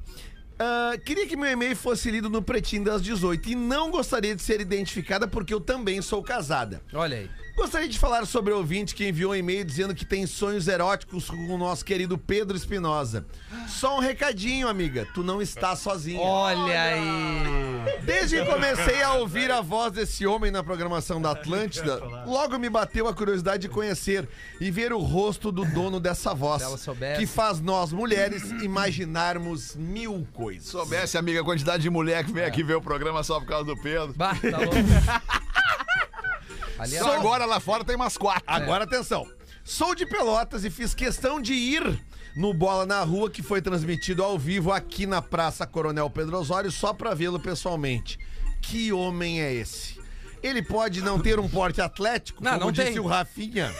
Speaker 7: ah, queria que meu e-mail fosse lido no Pretinho das 18 e não gostaria de ser identificada porque eu também sou casada.
Speaker 4: Olha aí.
Speaker 7: Gostaria de falar sobre o ouvinte que enviou um e-mail dizendo que tem sonhos eróticos com o nosso querido Pedro Espinosa. Só um recadinho, amiga, tu não está sozinha.
Speaker 4: Olha aí.
Speaker 7: Desde que comecei a ouvir a voz desse homem na programação da Atlântida, logo me bateu a curiosidade de conhecer e ver o rosto do dono dessa voz,
Speaker 4: Se ela soubesse.
Speaker 7: que faz nós mulheres imaginarmos mil coisas.
Speaker 2: Se soubesse, amiga, a quantidade de mulher que vem aqui ver o programa só por causa do Pedro.
Speaker 4: Bah, tá louco. Ali é
Speaker 2: Só agora lá fora tem umas quatro.
Speaker 7: É. Agora atenção. Sou de Pelotas e fiz questão de ir no Bola na Rua, que foi transmitido ao vivo aqui na Praça Coronel Pedro Osório, só pra vê-lo pessoalmente. Que homem é esse? Ele pode não ter um porte atlético,
Speaker 4: Não,
Speaker 7: como
Speaker 4: não
Speaker 7: disse
Speaker 4: tem.
Speaker 7: o Rafinha,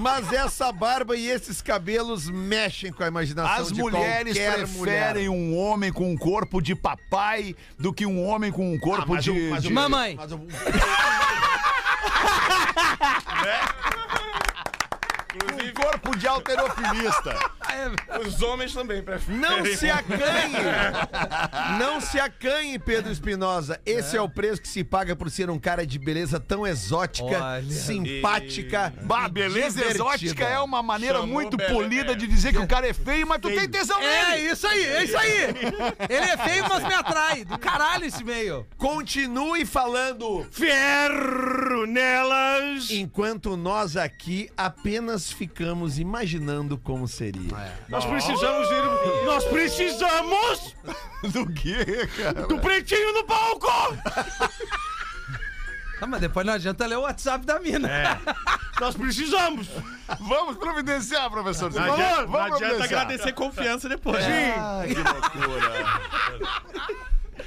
Speaker 7: mas essa barba e esses cabelos mexem com a imaginação
Speaker 2: As
Speaker 7: de
Speaker 2: mulheres
Speaker 7: qualquer mulher.
Speaker 2: preferem um homem com um corpo de papai do que um homem com um corpo de. de-
Speaker 4: Mamãe.
Speaker 7: Ah, Mas o-
Speaker 2: Um corpo de alterofilista.
Speaker 3: Os homens também preferem.
Speaker 7: Não se acanhe! Não se acanhe, Pedro Espinosa. Esse é. o preço que se paga por ser um cara de beleza tão exótica,
Speaker 4: Olha.
Speaker 7: simpática.
Speaker 2: Bah, beleza
Speaker 7: Divertida.
Speaker 2: exótica é uma maneira
Speaker 3: Chamou
Speaker 2: muito
Speaker 3: Belé.
Speaker 2: polida de dizer que o cara é feio, mas tu tem tesão
Speaker 4: É
Speaker 2: nele.
Speaker 4: isso aí, é isso aí. Ele é feio, mas me atrai. Do caralho esse meio.
Speaker 7: Continue falando
Speaker 6: Ferro
Speaker 3: né?
Speaker 6: nelas!
Speaker 7: enquanto nós aqui apenas ficamos imaginando como seria.
Speaker 6: Nós precisamos ir. Nós precisamos
Speaker 2: Do quê, cara?
Speaker 6: do pretinho no palco!
Speaker 4: Não, Tá, mas depois não adianta ler o WhatsApp da mina.
Speaker 2: É.
Speaker 5: Nós precisamos.
Speaker 2: Vamos providenciar, professor. Por
Speaker 6: Não
Speaker 2: favor,
Speaker 6: adianta, não
Speaker 2: vamos
Speaker 6: adianta
Speaker 2: providenciar.
Speaker 6: agradecer confiança depois.
Speaker 7: É.
Speaker 2: Ai, que loucura.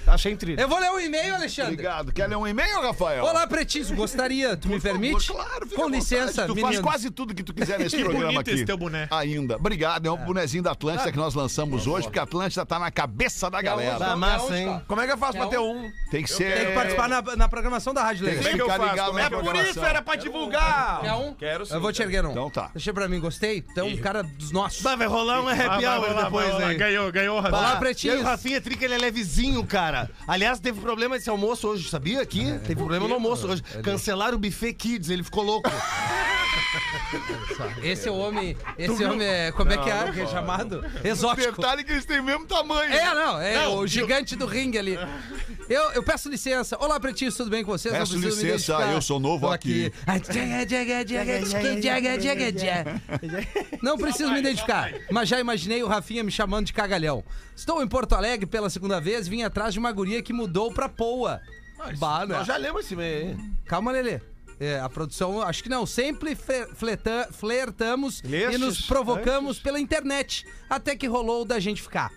Speaker 5: Achei trilha.
Speaker 4: Eu vou ler um e-mail, Alexandre.
Speaker 2: Obrigado. Quer ler um e-mail, Rafael?
Speaker 4: Olá, Pretinho. Gostaria, tu me permite?
Speaker 2: Claro, fica à
Speaker 4: Com
Speaker 2: vontade.
Speaker 4: licença,
Speaker 2: Tu
Speaker 4: menino.
Speaker 2: faz quase tudo que tu quiser nesse
Speaker 6: Que
Speaker 2: programa
Speaker 6: bonito
Speaker 2: aqui.
Speaker 6: esse teu boné.
Speaker 2: Ainda. Obrigado, é um bonezinho da Atlântida que nós lançamos hoje, porque a Atlântida tá na cabeça da galera.
Speaker 5: Tá massa, hein?
Speaker 7: Como é que eu faço pra ter um?
Speaker 2: Tem que ser.
Speaker 4: Tem que participar na, na programação da Rádio
Speaker 2: Tem que
Speaker 4: Leve.
Speaker 3: Sim.
Speaker 2: ficar
Speaker 3: eu faço?
Speaker 2: ligado
Speaker 3: Como
Speaker 2: na
Speaker 3: é que eu
Speaker 2: programação.
Speaker 5: pra divulgar.
Speaker 4: Quer um?
Speaker 3: Quero sim.
Speaker 4: Eu vou te
Speaker 3: cara.
Speaker 4: erguer um.
Speaker 2: Então tá.
Speaker 4: Deixa pra mim, gostei? Então, um cara dos nossos.
Speaker 5: Bah, vai rolar um
Speaker 6: Ah,
Speaker 5: happy
Speaker 6: vai, vai
Speaker 5: hour
Speaker 6: lá,
Speaker 5: depois
Speaker 6: vai lá.
Speaker 5: aí.
Speaker 6: Ganhou, ganhou, Rafa.
Speaker 5: Bah,
Speaker 4: Olá, pretinhos.
Speaker 5: E o Rafinha Trica, ele é levezinho, cara. Aliás, teve problema esse almoço hoje, sabia? Aqui
Speaker 7: É,
Speaker 5: teve problema no almoço hoje. Cancelaram o buffet Kids, ele ficou louco.
Speaker 4: Esse é o homem. Esse homem é. Como é que é? que é chamado? Exótico.
Speaker 2: Detalhe que eles têm o mesmo tamanho. né?
Speaker 4: É, não, é o gigante do ringue ali. Eu, eu peço licença. Olá, Pretinhos, tudo bem com vocês? Não
Speaker 2: Peço
Speaker 4: preciso me
Speaker 2: licença,
Speaker 4: identificar.
Speaker 2: eu sou novo
Speaker 4: Tô
Speaker 2: aqui.
Speaker 4: Ah, tchaga, tchaga, tchaga, tchaga, tchaga, tchaga, tchaga. Não preciso me identificar, mas já imaginei o Rafinha me chamando de cagalhão. Estou em Porto Alegre pela segunda vez, vim atrás de uma guria que mudou pra Poa. Bah, né?
Speaker 7: Nós já lemos esse e-mail aí.
Speaker 4: Calma, Lelê. É, a produção, acho que não. Sempre fle- fleta- flertamos e nos provocamos pela internet. Até que rolou o da gente ficar.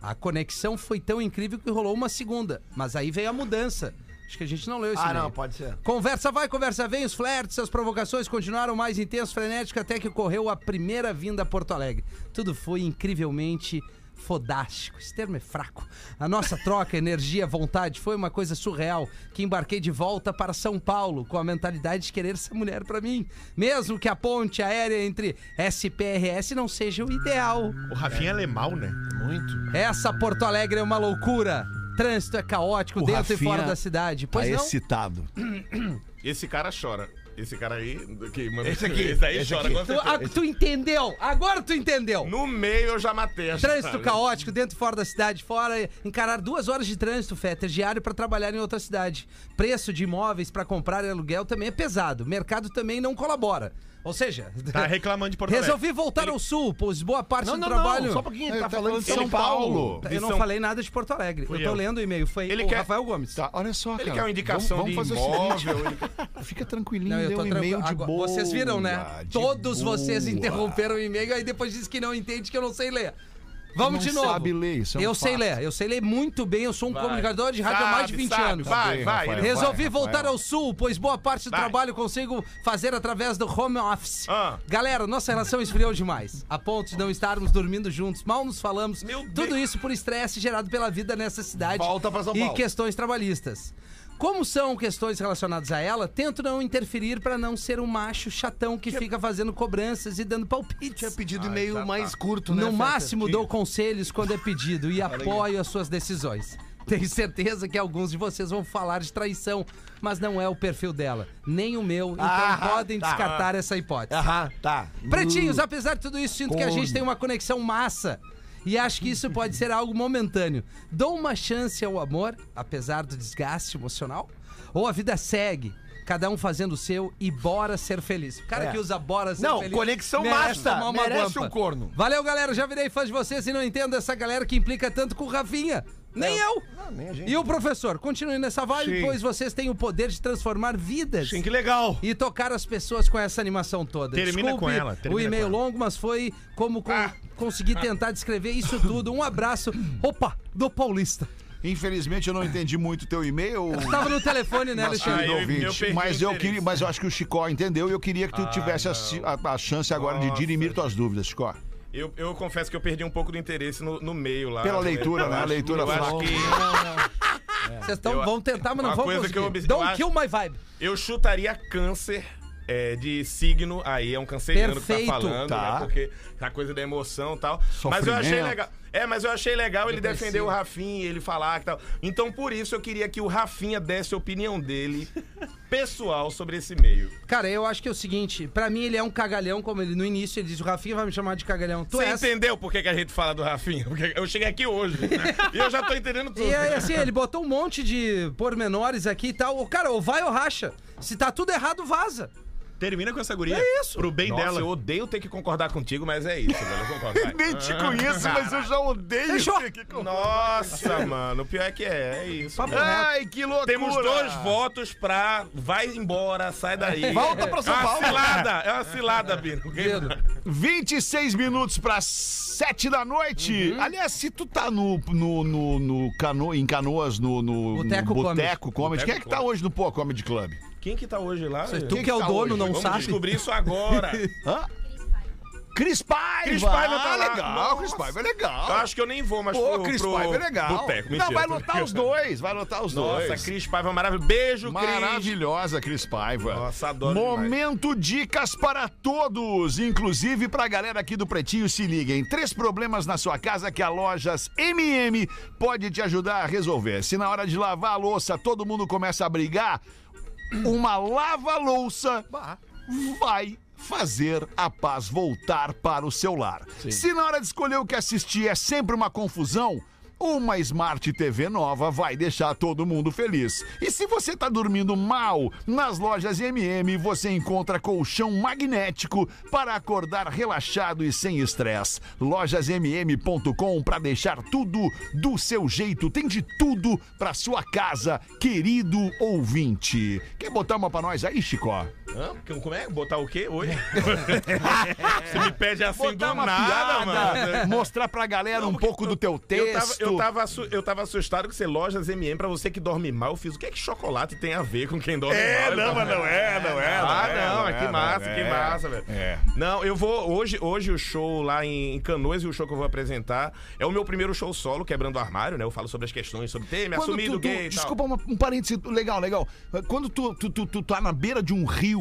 Speaker 4: A conexão foi tão incrível que rolou uma segunda. Mas aí veio a mudança. Acho que a gente não leu esse
Speaker 7: Ah,
Speaker 4: e-mail.
Speaker 7: não, pode ser.
Speaker 4: Conversa vai, conversa vem, os flertes, as provocações continuaram mais intensos, frenéticos, até que ocorreu a primeira vinda a Porto Alegre. Tudo foi incrivelmente fodástico. Esse termo é fraco. A nossa troca, energia, vontade foi uma coisa surreal que embarquei de volta para São Paulo com a mentalidade de querer essa mulher para mim. Mesmo que a ponte aérea entre SPRS não seja o ideal.
Speaker 6: O Rafinha é alemão, né?
Speaker 4: Essa Porto Alegre é uma loucura. Trânsito é caótico
Speaker 2: O
Speaker 4: dentro e
Speaker 2: Rafinha
Speaker 4: fora da cidade.
Speaker 2: Tá
Speaker 4: Pois não?
Speaker 2: excitado.
Speaker 3: Esse cara chora. Esse cara aí. Que manda... Esse aqui. Esse aí chora. com
Speaker 4: Tu,
Speaker 3: certeza.
Speaker 4: ah, tu entendeu? Agora tu entendeu.
Speaker 3: No meio eu já matei a
Speaker 4: Trânsito
Speaker 3: charada.
Speaker 4: caótico dentro e fora da cidade, fora encarar duas horas de trânsito, Fetter, diário para trabalhar em outra cidade. Preço de imóveis para comprar e aluguel também é pesado. O mercado também não colabora. Ou seja,
Speaker 6: Tá reclamando de Porto Alegre.
Speaker 4: resolvi voltar ao sul, pois boa parte do trabalho.
Speaker 7: só um pouquinho. Ele tá falando de
Speaker 2: É, São
Speaker 7: São
Speaker 2: Paulo.
Speaker 7: Paulo.
Speaker 3: de
Speaker 4: Eu não
Speaker 3: São-
Speaker 4: falei nada de Porto Alegre. Eu tô
Speaker 6: eu.
Speaker 4: lendo o e-mail. Foi
Speaker 3: Ele
Speaker 4: o
Speaker 3: quer-
Speaker 4: Rafael Gomes.
Speaker 2: Tá, olha só, cara.
Speaker 3: Ele quer uma indicação
Speaker 2: vamos, vamos
Speaker 3: de
Speaker 2: fazer o seguinte.
Speaker 3: imóvel. ele-
Speaker 2: Fica tranquilinho,
Speaker 4: Não, eu
Speaker 2: deu
Speaker 4: tô
Speaker 2: um
Speaker 4: tranquilo.
Speaker 2: e-mail de
Speaker 4: Agora,
Speaker 2: boa.
Speaker 4: Vocês viram, né?
Speaker 2: de
Speaker 4: Todos vocês
Speaker 2: boa.
Speaker 4: interromperam o e-mail e depois disse que não entende que eu não sei ler. Vamos
Speaker 2: Não
Speaker 4: de novo.
Speaker 2: sabe ler, isso é um
Speaker 4: eu sei
Speaker 2: fato.
Speaker 4: ler, eu sei ler muito bem, eu sou um comunicador de rádio há mais de
Speaker 3: Sabe,
Speaker 4: 20
Speaker 3: sabe,
Speaker 4: anos.
Speaker 3: Vai, vai.
Speaker 2: Rafael.
Speaker 3: ele-
Speaker 4: Resolvi
Speaker 2: Rafael.
Speaker 4: voltar ao sul, pois boa parte do
Speaker 3: Vai.
Speaker 4: trabalho consigo fazer através do home office.
Speaker 3: Ah.
Speaker 4: Galera, nossa relação esfriou demais, a ponto de não estarmos dormindo juntos, mal nos falamos. Tudo isso por estresse gerado pela vida nessa cidade
Speaker 7: Volta pra São
Speaker 4: e
Speaker 7: Paulo.
Speaker 4: questões trabalhistas. Como são questões relacionadas a ela, tento não interferir pra não ser um macho chatão que fica fazendo cobranças e dando
Speaker 5: Tinha
Speaker 4: palpites.
Speaker 5: pedido
Speaker 7: Ah,
Speaker 5: e-mail
Speaker 7: então tá.
Speaker 5: mais curto, né?
Speaker 4: No
Speaker 5: Fetter?
Speaker 4: máximo, dou conselhos quando é pedido e apoio as suas decisões. Tenho certeza que alguns de vocês vão falar de traição, mas não é o perfil dela, nem o meu, então
Speaker 5: Ah,
Speaker 4: podem
Speaker 5: tá.
Speaker 4: descartar essa hipótese.
Speaker 7: Aham, tá.
Speaker 4: Pretinhos, apesar de tudo isso, sinto que a gente tem uma conexão massa. E acho que isso pode ser algo momentâneo. Dou uma chance ao amor, apesar do desgaste emocional? Ou a vida segue, cada um fazendo o seu e bora ser feliz? O cara
Speaker 7: É.
Speaker 4: que usa bora ser
Speaker 7: Não,
Speaker 4: feliz.
Speaker 7: conexão massa,
Speaker 4: tomar uma
Speaker 7: merece
Speaker 4: guampa.
Speaker 7: um corno.
Speaker 4: Valeu, galera. Já virei fã de vocês e não entendo essa galera que implica tanto com o Rafinha. Nem eu.
Speaker 7: É. nem a gente.
Speaker 4: E o professor, continue nessa vibe,
Speaker 5: Sim.
Speaker 4: pois vocês têm o poder de transformar vidas
Speaker 5: Sim, que legal.
Speaker 4: e tocar as pessoas com essa animação toda.
Speaker 6: Termina
Speaker 4: Desculpe
Speaker 6: com ela, termina
Speaker 4: o e-mail
Speaker 6: com ela.
Speaker 4: longo, mas foi como con-
Speaker 3: Ah.
Speaker 4: consegui tentar descrever isso tudo. Um abraço, opa, do Paulista.
Speaker 2: Infelizmente eu não entendi muito teu e-mail.
Speaker 4: Tava no telefone, né, Alexandre?
Speaker 3: Ah, eu-
Speaker 2: ouvinte,
Speaker 3: eu perdi
Speaker 2: mas
Speaker 3: o
Speaker 2: eu
Speaker 3: interesse.
Speaker 2: queria, mas eu acho que o Chicó entendeu e eu queria que tu tivesse a, ci- a- a chance agora de dirimir tuas dúvidas, Chicó.
Speaker 3: Eu, eu confesso que eu perdi um pouco do interesse no, no meio lá.
Speaker 2: Pela leitura,
Speaker 3: Eu
Speaker 2: né? A
Speaker 3: acho-
Speaker 2: leitura
Speaker 3: Eu acho
Speaker 2: foi-
Speaker 3: que
Speaker 4: É. Vocês tão,
Speaker 3: Eu-
Speaker 4: vão tentar, mas não
Speaker 3: uma
Speaker 4: vão
Speaker 3: coisa
Speaker 4: conseguir.
Speaker 3: que eu obs- eu
Speaker 4: Don't
Speaker 3: acho-
Speaker 4: kill my vibe.
Speaker 3: eu chutaria câncer. é, de signo, aí é um canceriano que
Speaker 4: Perfeito.
Speaker 3: tá falando,
Speaker 2: Tá.
Speaker 3: né? Porque a coisa da emoção e tal. Mas eu
Speaker 2: Sofrimento.
Speaker 3: achei legal. É, mas eu achei legal ele
Speaker 4: Depressivo.
Speaker 3: defender o Rafinha, ele falar que tal. Então, por isso, eu queria que o Rafinha desse a opinião dele, pessoal, sobre esse meio.
Speaker 4: Cara, eu acho que é o seguinte, pra mim ele é um cagalhão, como ele no início ele diz, o Rafinha vai me chamar de cagalhão. Tu é
Speaker 3: Você
Speaker 4: és.
Speaker 3: entendeu por que, que a gente fala do Rafinha? Porque eu cheguei aqui hoje né? e eu já tô entendendo tudo.
Speaker 4: E aí, assim, ele botou um monte de pormenores aqui e tal. Ô, Cara, ou vai ou racha. Se tá tudo errado, vaza.
Speaker 6: Termina com essa guria.
Speaker 7: É isso.
Speaker 6: Pro bem
Speaker 3: Nossa,
Speaker 6: dela.
Speaker 3: eu odeio ter que concordar contigo, mas é isso, velho. Eu concordo. vai.
Speaker 2: Nem te conheço, mas eu já odeio
Speaker 4: Fechou.
Speaker 2: ter que contar.
Speaker 3: Nossa, mano. O pior é que é, é isso.
Speaker 4: Papo
Speaker 3: velho.
Speaker 4: reto.
Speaker 2: Ai, que loucura.
Speaker 3: Temos dois votos pra vai embora, sai daí.
Speaker 7: Volta pra São
Speaker 3: é uma
Speaker 7: Paulo.
Speaker 3: Cilada, é uma cilada, Bino.
Speaker 4: Pedro.
Speaker 2: 26 minutos para 7 da noite.
Speaker 3: Uhum.
Speaker 2: Aliás, se tu tá no, no, no, no cano, em Canoas, no, no
Speaker 4: Boteco
Speaker 2: no Boteco Comedy, quem é que
Speaker 3: Boteco
Speaker 2: tá
Speaker 3: Comedy.
Speaker 2: hoje no Pô Comedy Club?
Speaker 3: Quem que tá hoje lá?
Speaker 4: Tu que é o
Speaker 2: tá
Speaker 4: dono,
Speaker 2: hoje?
Speaker 4: não
Speaker 3: Vamos
Speaker 4: sabe?
Speaker 3: descobrir isso agora.
Speaker 2: Hã? Cris Paiva!
Speaker 3: Cris Paiva tá
Speaker 2: Ah,
Speaker 3: lá.
Speaker 2: legal,
Speaker 3: Nossa.
Speaker 2: Cris Paiva é legal.
Speaker 3: Eu acho que eu nem vou, mas
Speaker 2: Pô,
Speaker 3: pro,
Speaker 2: Cris
Speaker 3: pro
Speaker 2: Paiva é legal.
Speaker 3: Boteco.
Speaker 2: Não,
Speaker 3: Mentira,
Speaker 2: vai
Speaker 3: tô
Speaker 2: lotar os
Speaker 3: brincando.
Speaker 2: dois, vai lotar os dois.
Speaker 3: Nossa, Cris Paiva maravilhoso. Beijo, Cris.
Speaker 2: Maravilhosa, Cris Paiva.
Speaker 3: Nossa, adoro
Speaker 2: Momento dicas para todos, inclusive pra galera aqui do Pretinho. Se liguem. Três problemas na sua casa que a Lojas MM pode te ajudar a resolver. Se na hora de lavar a louça todo mundo começa a brigar, uma lava-louça vai fazer a paz voltar para o seu lar. Se na hora de escolher o que assistir é sempre uma confusão, uma Smart TV nova vai deixar todo mundo feliz. E se você está dormindo mal, nas lojas MM você encontra colchão magnético para acordar relaxado e sem estresse. Lojasmm.com para deixar tudo do seu jeito. Tem de tudo para sua casa, querido ouvinte. Quer botar uma para nós aí, Chicó?
Speaker 3: Hã? Como- Como é? Botar o quê? Oi? Você me pede assim
Speaker 2: botar
Speaker 3: do
Speaker 2: uma
Speaker 3: nada,
Speaker 2: piada,
Speaker 3: mano.
Speaker 2: mostrar pra galera um pouco do teu
Speaker 3: Eu tava,
Speaker 2: texto.
Speaker 3: eu, tava assu- eu tava assustado com ser lojas MM pra você que dorme mal. Eu fiz o que é que chocolate tem a ver com quem dorme mal?
Speaker 2: É, não é, não é.
Speaker 3: Ah, não,
Speaker 2: é,
Speaker 3: mas que massa,
Speaker 2: é.
Speaker 3: que massa, velho.
Speaker 2: É.
Speaker 3: Não, eu vou. Hoje, hoje o show lá em, em Canoas e o show que eu vou apresentar é o meu primeiro show solo, quebrando o armário, né? Eu falo sobre as questões, sobre ter me
Speaker 2: Quando
Speaker 3: assumido
Speaker 2: tu, tu-
Speaker 3: gay. e tal.
Speaker 2: desculpa, uma- um parêntese legal, legal. Quando tu, tu, tu, tu tá na beira de um rio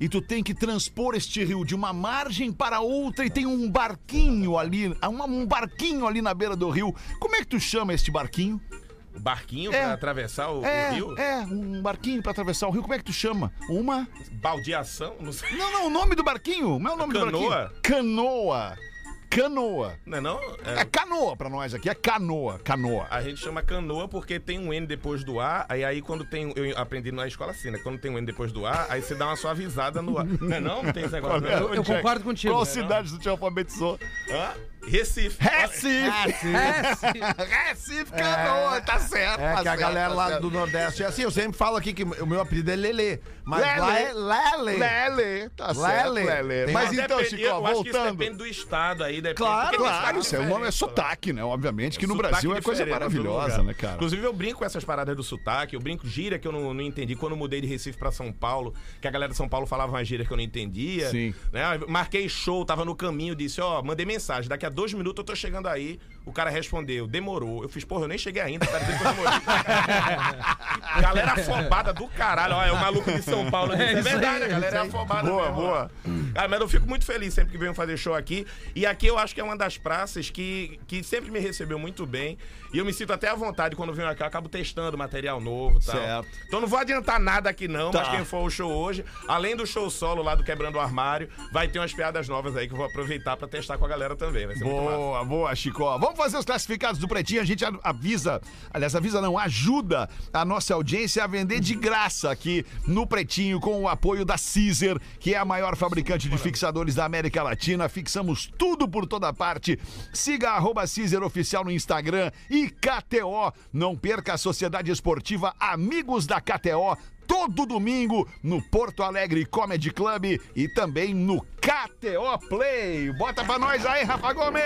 Speaker 2: e tu tem que transpor este rio de uma margem para outra e tem um barquinho ali, há uma- um barquinho ali na beira do rio, como é que tu chama este barquinho?
Speaker 3: O barquinho
Speaker 2: É.
Speaker 3: pra atravessar o, o
Speaker 2: é,
Speaker 3: rio?
Speaker 2: é, um barquinho para atravessar o rio, como é que tu chama? Uma...
Speaker 3: Baldeação? Não sei.
Speaker 2: Não, não, o nome do barquinho. Não é o nome do
Speaker 3: Canoa?
Speaker 2: barquinho. Canoa. Canoa.
Speaker 3: Não é não?
Speaker 2: É
Speaker 3: É,
Speaker 2: canoa pra nós aqui, é canoa, canoa.
Speaker 3: A gente chama canoa porque tem um N depois do A, aí, aí quando tem. um, Eu aprendi na escola assim, né? Quando tem um N depois do A, aí você dá uma suavizada no A. Não é não? Não tem esse negócio. não?
Speaker 4: Eu concordo contigo. né?
Speaker 2: Qual cidade tu te alfabetizou?
Speaker 3: Hã? Recife.
Speaker 2: Recife!
Speaker 4: É, sim.
Speaker 2: Recife, canoa, tá certo.
Speaker 7: É
Speaker 2: tá
Speaker 7: que a
Speaker 2: certo,
Speaker 7: galera
Speaker 2: tá
Speaker 7: lá
Speaker 2: certo.
Speaker 7: do Nordeste é assim, eu sempre falo aqui que o meu apelido é Lelê. Mas
Speaker 2: Lelê.
Speaker 7: lá é Lele.
Speaker 2: Lele, tá certo,
Speaker 7: Lele.
Speaker 2: Lele.
Speaker 7: Tem
Speaker 2: Mas
Speaker 7: uma-
Speaker 2: então,
Speaker 3: Depende-
Speaker 2: Chico,
Speaker 3: eu
Speaker 2: ó,
Speaker 3: acho que isso
Speaker 2: voltando.
Speaker 3: depende do estado aí, depende.
Speaker 2: Claro,
Speaker 3: porque tem
Speaker 2: claro,
Speaker 3: estado
Speaker 2: isso é, o nome é
Speaker 3: diferente, né?
Speaker 2: sotaque, né? Obviamente que no
Speaker 3: Sotaque
Speaker 2: Brasil é coisa
Speaker 3: diferente, todo
Speaker 2: maravilhosa,
Speaker 3: lugar.
Speaker 2: né, cara?
Speaker 3: Inclusive, eu brinco com essas paradas do sotaque, eu brinco gíria que eu não, não entendi. Quando eu mudei de Recife pra São Paulo, que a galera de São Paulo falava uma gíria que eu não entendia.
Speaker 2: Sim.
Speaker 3: Né? Eu Marquei show, tava no caminho, disse, ó, mandei mensagem, daqui a dois minutos eu tô chegando aí. O cara respondeu, demorou. Eu fiz, porra, eu nem cheguei ainda, o cara disse que eu demorei. galera é afobada do caralho. Ó, é o maluco de São Paulo. É, é
Speaker 4: isso aí,
Speaker 3: verdade,
Speaker 4: é
Speaker 3: a galera é
Speaker 4: isso aí.
Speaker 3: afobada.
Speaker 2: Boa,
Speaker 3: mesmo,
Speaker 2: boa.
Speaker 3: ó. Ah, mas eu fico muito feliz sempre que venho fazer show aqui. E aqui eu acho que é uma das praças que, que sempre me recebeu muito bem. E eu me sinto até à vontade quando venho aqui. Eu acabo testando material novo e tal.
Speaker 2: Certo.
Speaker 3: Então não vou adiantar nada aqui não,
Speaker 2: Tá.
Speaker 3: mas quem for ao show hoje, além do show solo lá do Quebrando o Armário, vai ter umas piadas novas aí que eu vou aproveitar pra testar com a galera também. Vai ser é muito massa.
Speaker 2: Boa, boa, Chico. Vamos fazer os classificados do Pretinho. A gente a- avisa, aliás, avisa não, ajuda a nossa audiência a vender de graça aqui no Pretinho com o apoio da Caesar, que é a maior fabricante de fixadores da América Latina. Fixamos tudo por toda parte. Siga a arroba Caesar Oficial no Instagram e KTO. Não perca a Sociedade Esportiva Amigos da KTO todo domingo no Porto Alegre Comedy Club e também no KTO Play. Bota pra nós aí, Rafa Gomes!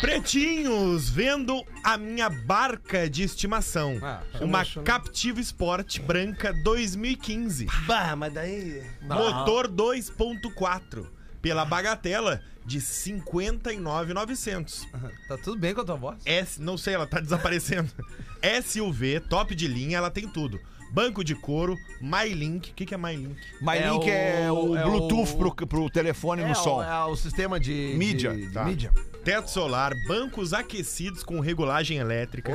Speaker 6: Pretinhos, vendo a minha barca de estimação.
Speaker 4: Ah,
Speaker 6: uma
Speaker 7: né?
Speaker 6: Captiva Sport branca 2015.
Speaker 5: Bah, mas daí.
Speaker 6: Motor 2.4. Pela bagatela de 59,900.
Speaker 4: Tá tudo bem com a tua voz?
Speaker 6: S, não sei, ela tá desaparecendo. SUV, top de linha, ela tem tudo. Banco de couro, MyLink. O que, que é MyLink?
Speaker 2: MyLink é,
Speaker 4: É
Speaker 2: o
Speaker 4: o- é
Speaker 2: Bluetooth
Speaker 4: o-
Speaker 2: pro, pro telefone
Speaker 7: É,
Speaker 2: no som.
Speaker 7: o, é o sistema de.
Speaker 2: Mídia,
Speaker 7: de- de
Speaker 2: tá.
Speaker 7: mídia.
Speaker 6: Teto solar, bancos aquecidos com regulagem elétrica.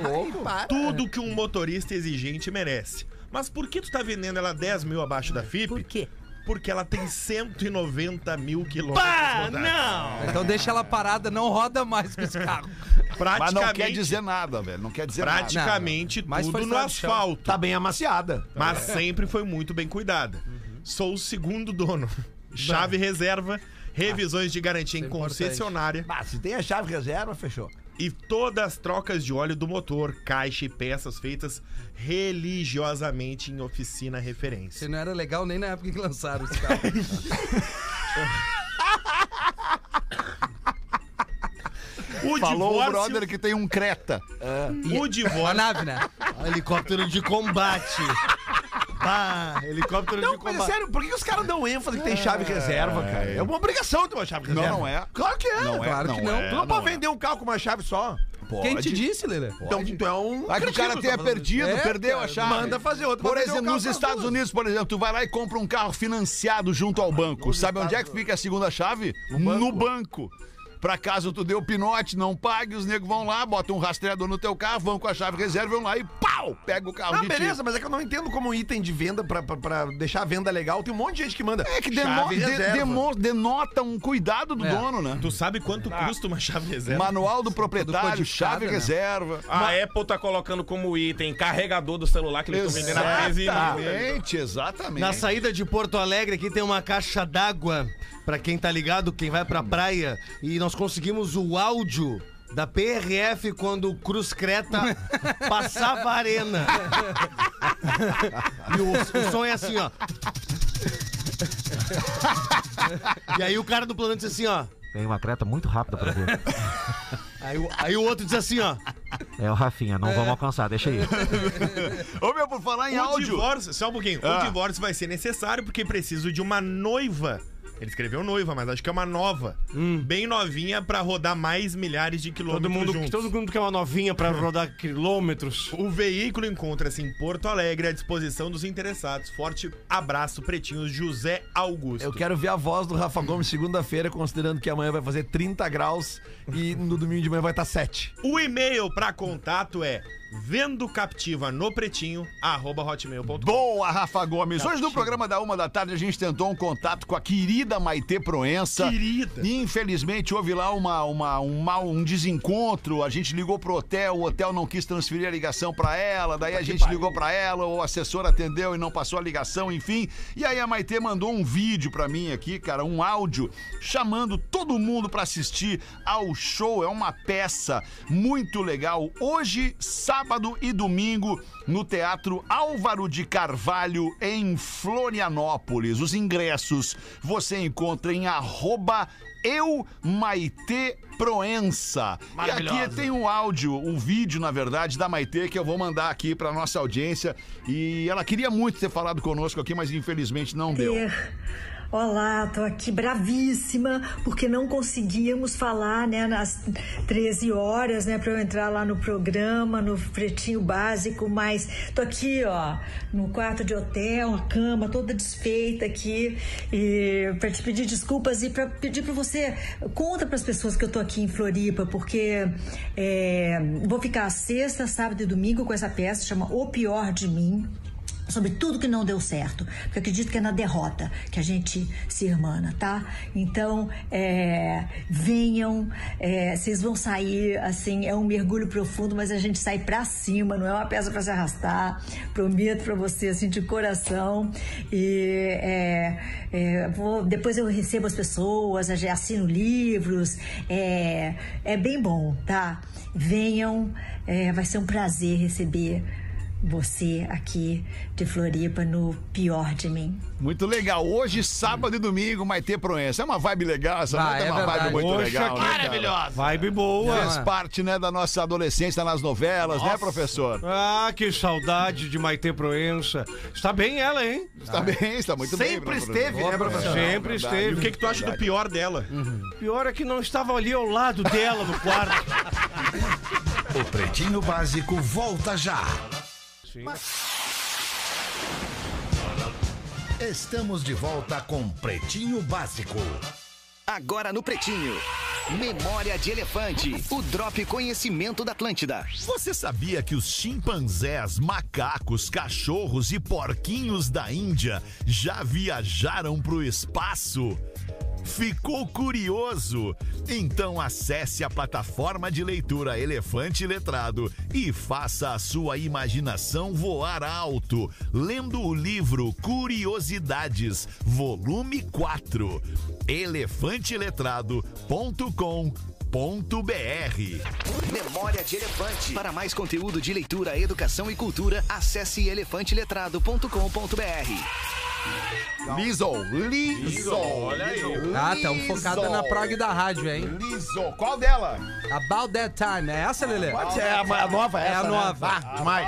Speaker 6: Tudo que um motorista exigente merece. Mas por que tu tá vendendo ela 10 mil abaixo da FIP?
Speaker 8: Por quê?
Speaker 6: Porque ela tem 190 mil quilômetros.
Speaker 5: Pá,
Speaker 6: rodados.
Speaker 5: não!
Speaker 4: Então deixa ela parada, não roda mais com esse carro.
Speaker 2: Mas
Speaker 6: Praticamente,
Speaker 2: não quer dizer nada, velho. Não quer dizer nada.
Speaker 6: praticamente
Speaker 4: Não, não. Mas foi
Speaker 6: tudo no
Speaker 4: estrada de chão.
Speaker 6: asfalto.
Speaker 7: Tá bem amaciada.
Speaker 6: Mas sempre foi muito bem cuidada. Sou o segundo dono. Chave reserva, revisões de garantia em
Speaker 4: é importante.
Speaker 6: concessionária
Speaker 7: Mas se tem a chave reserva, fechou.
Speaker 6: e todas as trocas de óleo do motor, caixa e peças feitas religiosamente em oficina referência.
Speaker 4: Isso não era legal nem na época que lançaram esse carro.
Speaker 6: O
Speaker 2: Falou o
Speaker 6: divórcio,
Speaker 2: brother que tem um Creta.
Speaker 6: o
Speaker 4: A
Speaker 6: divórcio
Speaker 4: nave, né?
Speaker 5: Helicóptero de combate. Pá, helicóptero de
Speaker 7: Não, mas é
Speaker 5: combate.
Speaker 7: sério, por que os caras dão ênfase
Speaker 3: É.
Speaker 7: que tem chave reserva, cara? É uma obrigação ter uma chave
Speaker 2: Não,
Speaker 7: reserva.
Speaker 2: não é.
Speaker 7: Claro que é.
Speaker 2: Não é,
Speaker 4: Claro que não.
Speaker 2: é,
Speaker 7: tu não, pode vender um carro com uma chave só.
Speaker 2: Pode.
Speaker 4: Quem te disse, Lele?
Speaker 7: Então, tu é um.
Speaker 2: Aí que o cara
Speaker 7: cretino,
Speaker 2: tenha
Speaker 7: tá falando.
Speaker 2: perdido,
Speaker 4: É,
Speaker 2: perdeu a
Speaker 4: cara,
Speaker 2: chave.
Speaker 7: Manda fazer outro.
Speaker 2: Por
Speaker 7: pra vender um o carro
Speaker 2: exemplo, nos
Speaker 7: pras
Speaker 2: Estados
Speaker 7: duas. Ah,
Speaker 2: Unidos, por exemplo, tu vai lá e compra um carro financiado junto ao banco. Sabe onde é que fica a segunda chave? No banco. Pra caso tu dê o pinote, não pague, os negros vão lá, botam um rastreador no teu carro, vão com a chave reserva, vão lá e pau! Pega o carro
Speaker 7: Não,
Speaker 2: de ti.
Speaker 7: beleza, mas é que eu não entendo como item de venda pra, pra, pra deixar a venda legal. Tem um monte de gente que manda.
Speaker 2: É que deno-
Speaker 7: chave
Speaker 2: de-
Speaker 7: reserva.
Speaker 2: demo- denota um cuidado do
Speaker 4: É.
Speaker 2: dono, né?
Speaker 6: Tu sabe quanto custa uma chave reserva?
Speaker 2: Manual do proprietário,
Speaker 4: codificado,
Speaker 2: chave
Speaker 4: né?
Speaker 2: reserva.
Speaker 7: Ah,
Speaker 3: A
Speaker 7: é?
Speaker 3: Apple tá colocando como item carregador do celular que eles estão vendendo a 13
Speaker 2: Ah, Exatamente, exatamente.
Speaker 5: Na saída de Porto Alegre aqui tem uma caixa d'água pra quem tá ligado, quem vai pra praia. E nós conseguimos o áudio da PRF quando o Cruz Creta passava a arena. E o, o som é assim, ó. E aí o cara do plano diz assim, ó.
Speaker 8: Tem uma treta muito rápida pra ver.
Speaker 5: Aí, o- aí o outro diz assim, ó.
Speaker 8: É o Rafinha, não vamos alcançar, deixa aí.
Speaker 2: Ô meu, por falar em
Speaker 6: o
Speaker 2: áudio.
Speaker 6: divórcio, só um pouquinho.
Speaker 2: Ah.
Speaker 6: O divórcio vai ser necessário porque preciso de uma noiva. Ele escreveu noiva, mas acho que é uma nova.
Speaker 4: Hum.
Speaker 6: Bem novinha pra rodar mais milhares de
Speaker 5: Todo
Speaker 6: quilômetros
Speaker 5: mundo,
Speaker 6: juntos.
Speaker 5: todo mundo quer uma novinha pra rodar quilômetros.
Speaker 6: O veículo encontra-se em Porto Alegre à disposição dos interessados. Forte abraço, pretinhos, José Augusto.
Speaker 7: Eu quero ver a voz do Rafa Gomes segunda-feira, considerando que amanhã vai fazer 30 graus e no domingo de manhã vai tá estar 7.
Speaker 6: O e-mail pra contato é vendo captiva no pretinho, arroba hotmail.com.
Speaker 2: Boa, Rafa Gomes. Hoje no programa da Uma da Tarde a gente tentou um contato com a querida Maitê Proença.
Speaker 6: Querida.
Speaker 2: Infelizmente houve lá uma, uma, um, mal, um desencontro. A gente ligou pro hotel, o hotel não quis transferir a ligação pra ela. Daí a gente ligou pra ela, o assessor atendeu e não passou a ligação, enfim. E aí a Maitê mandou um vídeo pra mim aqui, cara, um áudio, chamando todo mundo pra assistir ao show. É uma peça muito legal. Hoje, sábado e domingo, no Teatro Álvaro de Carvalho, em Florianópolis. Os ingressos você encontra em arroba eu Maitê Proença. E aqui tem um áudio, um vídeo, na verdade, da Maitê que eu vou mandar aqui para nossa audiência. E ela queria muito ter falado conosco aqui, mas infelizmente não deu.
Speaker 9: É. Olá, tô aqui bravíssima porque não conseguíamos falar, né, nas 13 horas, né, para eu entrar lá no programa, no pretinho básico, mas tô aqui, ó, no quarto de hotel, a cama toda desfeita aqui e para te pedir desculpas e para pedir para você conta para as pessoas que eu tô aqui em Floripa, porque é, vou ficar sexta, sábado e domingo com essa peça chama O Pior de Mim É sobre tudo que não deu certo, porque eu acredito que é na derrota que a gente se irmana, tá? Então, é, venham, é, vocês vão sair, assim, é um mergulho profundo, mas a gente sai pra cima, não é uma peça pra se arrastar, prometo pra você, assim, de coração, e é, é, vou- depois eu recebo as pessoas, a- assino livros, é, é bem bom, tá? Venham, é, vai ser um prazer receber você aqui de Floripa no pior de mim.
Speaker 2: Muito legal. Hoje, sábado e domingo, Maitê Proença. É uma vibe legal, essa
Speaker 4: Ah,
Speaker 2: nota é
Speaker 4: é
Speaker 2: uma vibe
Speaker 4: verdade.
Speaker 2: muito
Speaker 4: Poxa,
Speaker 2: legal. né, cara?
Speaker 5: Vibe boa.
Speaker 2: Fez
Speaker 7: Ah.
Speaker 2: parte, né, da nossa adolescência nas novelas, né, professor?
Speaker 5: Ah, que saudade de Maite Proença. Está bem ela, hein?
Speaker 2: Está bem, está muito
Speaker 7: Sempre
Speaker 2: bem.
Speaker 7: esteve, né, professor?
Speaker 5: Sempre
Speaker 6: E o
Speaker 5: esteve.
Speaker 6: que, que tu acha do pior dela?
Speaker 5: O pior é que não estava ali ao lado dela no quarto.
Speaker 1: O Pretinho Básico volta já. Estamos de volta com Pretinho Básico.
Speaker 10: Agora no Pretinho. Memória de Elefante, o Drop Conhecimento da Atlântida.
Speaker 2: Você sabia que os chimpanzés, macacos, cachorros e porquinhos da Índia já viajaram para o espaço? Ficou curioso? Então acesse a plataforma de leitura Elefante Letrado e faça a sua imaginação voar alto, lendo o livro Curiosidades, volume 4, elefanteletrado.com.br.
Speaker 10: Memória de Elefante. Para mais conteúdo de leitura, educação e cultura, acesse elefanteletrado.com.br.
Speaker 2: Liso, Liso.
Speaker 3: Olha aí.
Speaker 4: Ah, tão focada na prog da rádio, hein?
Speaker 2: Liso. Qual dela?
Speaker 4: About That Time. É essa, Lelê?
Speaker 2: Pode é a, a nova,
Speaker 4: É
Speaker 2: essa,
Speaker 4: a
Speaker 2: né?
Speaker 4: nova.
Speaker 2: Ah, Mas,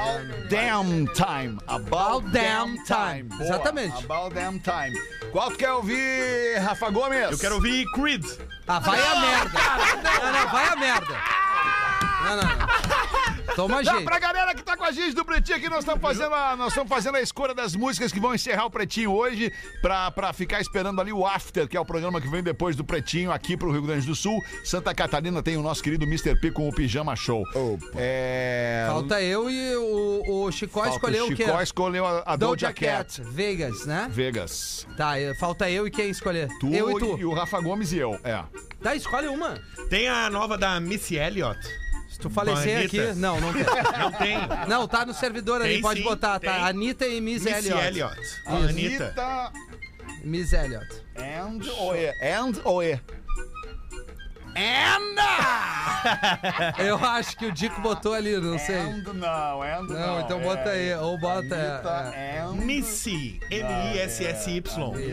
Speaker 2: damn time. About damn time. Boa.
Speaker 4: Exatamente.
Speaker 2: About damn time. Qual tu quer ouvir, Rafa Gomes?
Speaker 6: Eu quero ouvir Creed.
Speaker 4: Ah, vai a merda. Não, não, vai a merda. Não, não, não. Toma
Speaker 2: Dá
Speaker 4: jeito.
Speaker 2: pra galera que tá com a gente do Pretinho aqui, nós estamos fazendo a, nós estamos fazendo a escolha das músicas que vão encerrar o Pretinho hoje, pra, pra ficar esperando ali o After, que é o programa que vem depois do Pretinho aqui pro Rio Grande do Sul. Santa Catarina tem o nosso querido Mr. P com o Pijama Show. É...
Speaker 4: Falta eu e o, o Chicó
Speaker 2: falta
Speaker 4: escolheu o quê?
Speaker 2: Chicó escolheu a, a Doja
Speaker 4: Doja
Speaker 2: Cat.
Speaker 4: Cat. Vegas, né?
Speaker 2: Vegas.
Speaker 4: Tá, eu- falta eu e quem escolher?
Speaker 2: Tu
Speaker 4: eu e tu.
Speaker 2: o Rafa Gomes e eu. É.
Speaker 4: Tá, escolhe uma.
Speaker 6: Tem a nova da Missy Elliott.
Speaker 4: Se tu falecer
Speaker 6: Anitta.
Speaker 4: aqui... Não, não tem.
Speaker 6: Não tem.
Speaker 4: Não, tá no servidor ali,
Speaker 6: Tem
Speaker 4: pode
Speaker 6: sim,
Speaker 4: botar,
Speaker 6: tem.
Speaker 4: tá? Anitta e Miss,
Speaker 6: Missy
Speaker 4: Elliott.
Speaker 6: Elliott. A Anitta.
Speaker 4: Miss Elliott.
Speaker 2: And oe. And oe.
Speaker 4: Eu acho que o Dico botou ali,
Speaker 2: É
Speaker 4: não sei.
Speaker 2: And não, and
Speaker 4: Não, então bota aí, ou bota.
Speaker 2: Anitta,
Speaker 4: é,
Speaker 2: and... é.
Speaker 6: Missy. M-I-S-S-Y.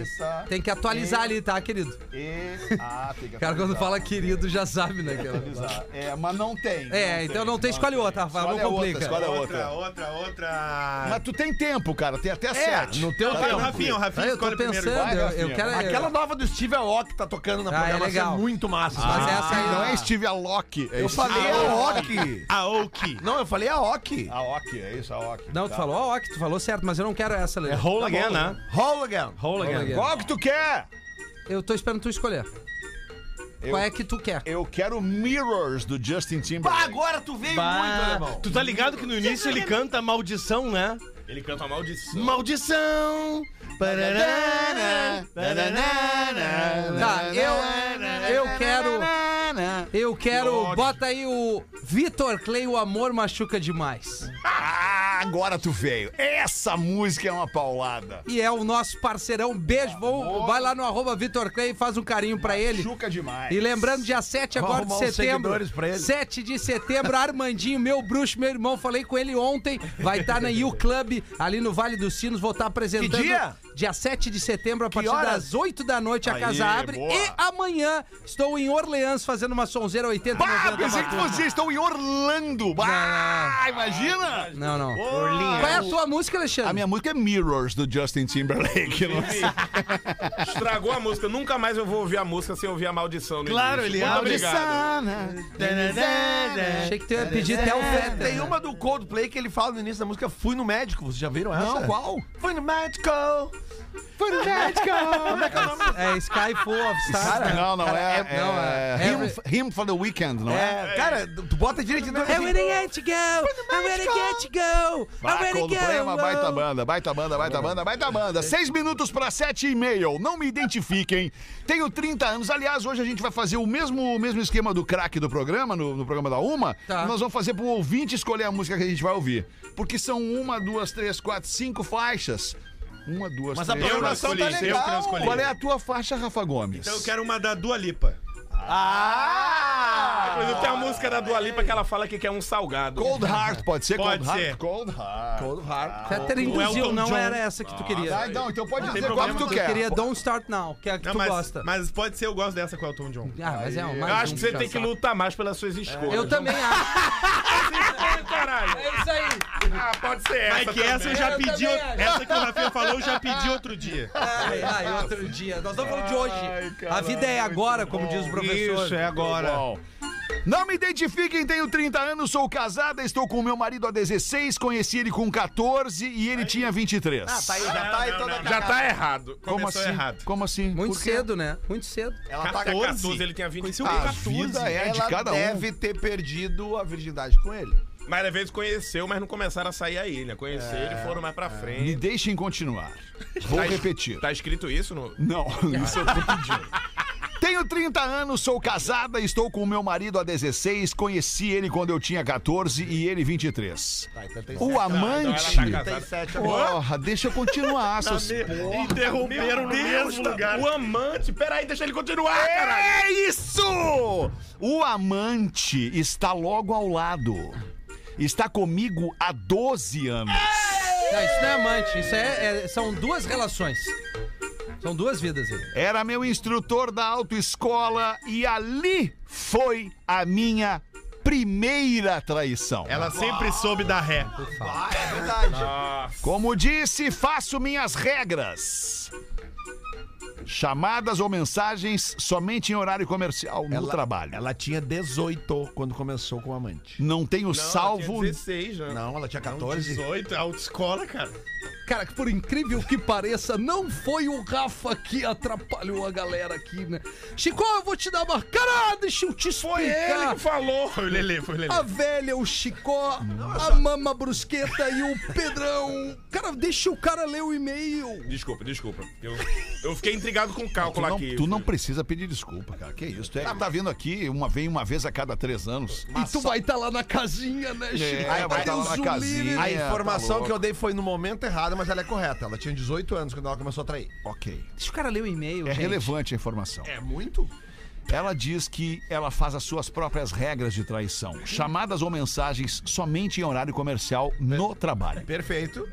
Speaker 4: isso. Tem que atualizar ali, tá, querido?
Speaker 2: E... Ah, tem que
Speaker 4: O cara quando
Speaker 2: atualizar,
Speaker 4: fala querido já sabe, né? cara?
Speaker 2: atualizar. É, mas não tem.
Speaker 4: É, então não tem, escolhe outra, Rafael,
Speaker 2: Escolhe
Speaker 4: não
Speaker 2: a outra,
Speaker 4: complica.
Speaker 2: escolhe a
Speaker 6: Outra,
Speaker 2: outra.
Speaker 6: outra, outra.
Speaker 2: Mas tu tem tempo, cara, tem
Speaker 4: É,
Speaker 2: até sete.
Speaker 7: No teu
Speaker 6: Tá,
Speaker 7: tempo.
Speaker 6: Rafinha, o Rafinha
Speaker 4: Aí eu tô
Speaker 6: escolhe
Speaker 4: pensando,
Speaker 6: primeiro.
Speaker 2: vai,
Speaker 4: eu- eu,
Speaker 2: Rafinha.
Speaker 4: quero. é-
Speaker 7: Aquela nova do Steve Aoki tá tocando na
Speaker 4: Ah, é
Speaker 7: programação
Speaker 4: legal.
Speaker 7: é muito massa.
Speaker 4: Mas
Speaker 7: sabe?
Speaker 4: essa aí
Speaker 2: Não é Steve Alok. É
Speaker 7: Eu falei Aoki.
Speaker 6: Aoki.
Speaker 7: Não, eu falei Aoki.
Speaker 2: Aoki, é isso, Aoki.
Speaker 4: Não, tu falou, ó, ó, que tu falou certo, mas eu não quero essa, Lele.
Speaker 6: Roll again, né?
Speaker 7: Roll again.
Speaker 6: Roll again.
Speaker 2: Qual que tu quer?
Speaker 4: Eu tô esperando tu escolher.
Speaker 2: Eu-
Speaker 4: Qual é que tu quer?
Speaker 2: Eu quero Mirrors do Justin
Speaker 7: Pá,
Speaker 2: Timberlake.
Speaker 7: agora tá! tu veio muito, alemão.
Speaker 5: Tu tá ligado que no início ele canta maldição, né?
Speaker 3: Ele canta uma maldição.
Speaker 5: Maldição! Pararana, pararana.
Speaker 4: Tá, eu, eu quero. Eu quero. Bota aí o Vitor Clay, o amor machuca demais.
Speaker 2: Ah, agora tu veio. Essa música é uma paulada.
Speaker 4: E é o nosso parceirão. Beijo,
Speaker 7: Ah,
Speaker 4: vou, vai lá no arroba Vitor Clay e faz um carinho pra ele.
Speaker 2: Chuca demais.
Speaker 4: E lembrando, dia 7 agora de
Speaker 7: arrumar uns
Speaker 4: setembro.
Speaker 7: seguidores pra ele.
Speaker 4: 7 de setembro, Armandinho, meu bruxo, meu irmão, falei com ele ontem. Vai estar na U Club, ali no Vale dos Sinos. Vou estar apresentando.
Speaker 7: Que dia?
Speaker 4: Dia 7 de setembro, a partir
Speaker 7: horas?
Speaker 4: das 8 da noite, a
Speaker 2: Aí,
Speaker 4: casa abre.
Speaker 2: boa.
Speaker 4: E amanhã estou em Orleans fazendo uma sonzeira 80
Speaker 2: Ah,
Speaker 4: 90
Speaker 2: pensei que
Speaker 4: batuta.
Speaker 2: vocês estão em Orlando. Ah, imagina!
Speaker 4: Não, não. Qual é a tua música, Alexandre?
Speaker 2: A minha música é Mirrors do Justin Timberlake. Eu não é? sei.
Speaker 3: Estragou a música. Nunca mais eu vou ouvir a música sem ouvir a maldição. no
Speaker 5: Claro,
Speaker 3: início.
Speaker 5: ele
Speaker 7: é
Speaker 3: Muito
Speaker 5: abre
Speaker 3: obrigado.
Speaker 4: Achei que tu ia pedir até o
Speaker 7: É,
Speaker 4: Feta.
Speaker 7: tem uma do Coldplay que ele fala no início da música Fui no médico, vocês já viram essa?
Speaker 2: Não, qual?
Speaker 7: Fui no médico! Fui no médico!
Speaker 4: É Sky Full of Stars. né?
Speaker 2: não, não é.
Speaker 4: é- não, é-
Speaker 2: é him, him for the Weekend, não é?
Speaker 7: É, cara, tu bota direito então,
Speaker 4: I'm
Speaker 7: assim,
Speaker 4: gonna get to go, I'm gonna É get to go, I'm
Speaker 2: Ah,
Speaker 4: gonna go.
Speaker 2: Coldplay é uma baita banda, baita banda, baita banda, baita banda. Seis minutos para sete e meia. Não me identifiquem. Tenho 30 anos. Aliás, hoje a gente vai fazer o mesmo, o mesmo esquema do craque do programa, no, no programa da Uma.
Speaker 4: Tá.
Speaker 2: Nós vamos fazer pro ouvinte escolher a música que a gente vai ouvir. Porque são uma, duas, três, quatro, cinco faixas. Uma, duas,
Speaker 7: Mas a
Speaker 2: três,
Speaker 6: Eu não
Speaker 2: quatro.
Speaker 7: programação
Speaker 6: escolhi,
Speaker 7: tá
Speaker 6: eu que não
Speaker 7: legal.
Speaker 6: escolhi.
Speaker 2: Qual é a tua faixa, Rafa Gomes?
Speaker 6: Então eu quero uma da Dua Lipa.
Speaker 2: Ah!
Speaker 3: Inclusive, tem a música da Dua Lipa que ela fala que quer um salgado.
Speaker 2: Cold Heart, pode ser?
Speaker 6: Pode
Speaker 2: Cold
Speaker 6: ser.
Speaker 2: Heart? Cold Heart.
Speaker 7: Cold Heart.
Speaker 4: Fetter induziu,
Speaker 6: Elton
Speaker 4: Tá não
Speaker 6: John.
Speaker 4: era essa que tu queria.
Speaker 2: Ah, então, então pode dizer
Speaker 6: tem
Speaker 2: qual que
Speaker 6: problema,
Speaker 2: tu
Speaker 6: não.
Speaker 4: Eu
Speaker 2: quer.
Speaker 4: queria Don't Start Now, que é a que
Speaker 6: Não,
Speaker 4: tu
Speaker 6: mas,
Speaker 4: gosta.
Speaker 6: mas pode ser, eu gosto dessa com o Elton John.
Speaker 4: Ah, mas é um, mais
Speaker 3: Eu acho
Speaker 4: um
Speaker 3: que você
Speaker 4: já
Speaker 3: tem que
Speaker 4: sabe.
Speaker 3: lutar mais pelas suas escolhas.
Speaker 4: Eu também acho.
Speaker 3: Caralho.
Speaker 4: É isso aí.
Speaker 3: Ah, pode ser essa.
Speaker 6: Mas É que essa eu
Speaker 4: Eu
Speaker 6: já pedi.
Speaker 4: também
Speaker 6: out-
Speaker 4: acho.
Speaker 6: Essa que o Rafinha falou, eu já pedi outro dia.
Speaker 4: Ai, ai, outro dia. Nós estamos falando de hoje. A vida é agora, como diz o professor.
Speaker 6: é agora.
Speaker 2: Bom, Não me identifiquem, tenho 30 anos, sou casada, estou com meu marido há 16, conheci ele com 14 e ele tinha 23.
Speaker 7: Ah, tá aí, já tá aí toda
Speaker 3: Já
Speaker 7: cagada.
Speaker 3: tá errado.
Speaker 2: Como
Speaker 3: Começou
Speaker 2: assim?
Speaker 3: errado.
Speaker 2: Como assim?
Speaker 4: Muito
Speaker 2: Por quê?
Speaker 4: cedo, né? Muito cedo.
Speaker 7: Ela tá
Speaker 3: 14,
Speaker 7: 14.
Speaker 3: ele tinha 25
Speaker 7: A
Speaker 3: 14.
Speaker 7: vida
Speaker 2: é
Speaker 7: ela
Speaker 2: de cada um.
Speaker 7: deve ter perdido a virgindade com ele.
Speaker 3: Mas às vezes conheceu, mas não começaram a sair aí, né? Conheceram
Speaker 7: É,
Speaker 3: e foram mais pra
Speaker 2: Me
Speaker 3: frente.
Speaker 2: deixem continuar. Vou
Speaker 3: Tá es-
Speaker 2: repetir.
Speaker 3: Tá escrito isso no.
Speaker 2: Não, isso eu tô pedindo. Tenho 30 anos, sou casada, estou com meu marido há 16, conheci ele quando eu tinha 14 e ele 23.
Speaker 3: Tá,
Speaker 2: O amante.
Speaker 3: Então ela tá casada. Tá
Speaker 2: Porra, deixa eu continuar, seus.
Speaker 3: Interromperam no mesmo lugar. O amante. Peraí, deixa ele continuar, caralho.
Speaker 2: É isso! O amante está logo ao lado. Está comigo há 12 anos.
Speaker 4: Não, isso não é amante, isso é, é- São duas relações. São duas vidas aí.
Speaker 2: Era meu instrutor da autoescola e ali foi a minha primeira traição.
Speaker 6: Ela sempre soube dar ré.
Speaker 7: Ah, é verdade.
Speaker 2: Como disse, faço minhas regras. Chamadas ou mensagens somente em horário comercial no
Speaker 7: Ela-
Speaker 2: trabalho.
Speaker 7: Ela tinha 18 quando começou com o amante.
Speaker 2: Não tenho
Speaker 3: Tinha né?
Speaker 2: salvo.
Speaker 3: 16 já.
Speaker 7: um Não, ela tinha 14.
Speaker 3: é
Speaker 6: 18, autoescola, cara.
Speaker 4: Cara, que por incrível que pareça, não foi o Rafa que atrapalhou a galera aqui, né? Chico, eu vou te dar uma. Cara, deixa eu te explicar.
Speaker 3: Foi ele que falou. Foi o Lele, foi o Lele.
Speaker 4: A velha, o Chicó, a mama brusqueta e o Pedrão. Cara, deixa o cara ler o e-mail.
Speaker 3: Desculpa, desculpa. Eu, eu fiquei intrigado com o
Speaker 2: Tu
Speaker 3: cálculo
Speaker 2: não,
Speaker 3: aqui.
Speaker 2: tu não precisa pedir desculpa, cara. Que isso? Tu é, tá vindo aqui uma vez, uma vez a cada três anos.
Speaker 4: e tu vai estar lá na casinha, né, Chico?
Speaker 2: vai
Speaker 4: Deus
Speaker 2: tá lá na
Speaker 4: o livre.
Speaker 2: casinha.
Speaker 7: A
Speaker 2: É, tá
Speaker 7: informação
Speaker 2: louco.
Speaker 7: que eu dei foi no momento errado, mas ela é correta. Ela tinha 18 anos quando ela começou a trair.
Speaker 2: Ok.
Speaker 4: Deixa o cara ler o e-mail,
Speaker 2: É
Speaker 4: gente.
Speaker 2: relevante a informação.
Speaker 7: É muito?
Speaker 2: Ela diz que ela faz as suas próprias regras de traição. Chamadas ou mensagens somente em horário comercial no trabalho.
Speaker 7: Perfeito.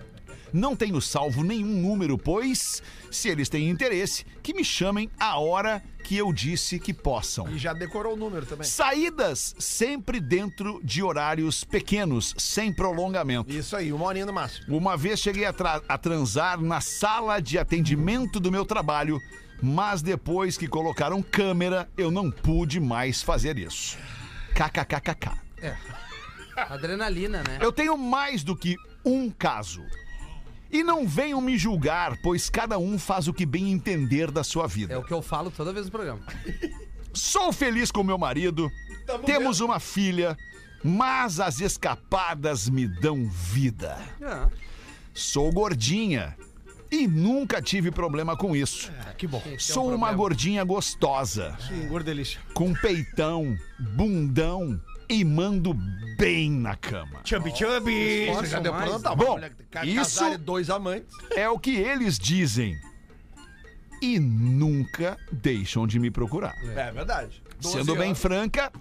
Speaker 2: Não tenho salvo nenhum número, pois, se eles têm interesse, que me chamem a hora que eu disse que possam.
Speaker 7: E já decorou o número também.
Speaker 2: Saídas sempre dentro de horários pequenos, sem prolongamento.
Speaker 7: Isso aí, uma horinha no máximo.
Speaker 2: Uma vez cheguei a, tra- a transar na sala de atendimento do meu trabalho, mas depois que colocaram câmera, eu não pude mais fazer isso. KKKKK.
Speaker 4: Adrenalina, né?
Speaker 2: Eu tenho mais do que um caso. E não venham me julgar, pois cada um faz o que bem entender da sua
Speaker 4: É
Speaker 2: vida.
Speaker 4: o que eu falo toda vez no programa.
Speaker 2: Sou feliz com meu marido, temos uma filha, mas as escapadas me dão vida.
Speaker 4: Ah,
Speaker 2: Sou gordinha e nunca tive problema com isso.
Speaker 7: É, Que bom.
Speaker 2: Sou uma gordinha gostosa,
Speaker 5: Gordelixo.
Speaker 2: com peitão, bundão e mando bem na cama.
Speaker 5: Chubby chubby.
Speaker 7: Isso já deu
Speaker 4: mais,
Speaker 7: pronto. Tá
Speaker 2: Bom,
Speaker 7: bom,
Speaker 2: isso-
Speaker 7: dois amantes.
Speaker 2: É o que eles dizem. E nunca deixam de me procurar.
Speaker 7: É verdade.
Speaker 2: Sendo bem franca,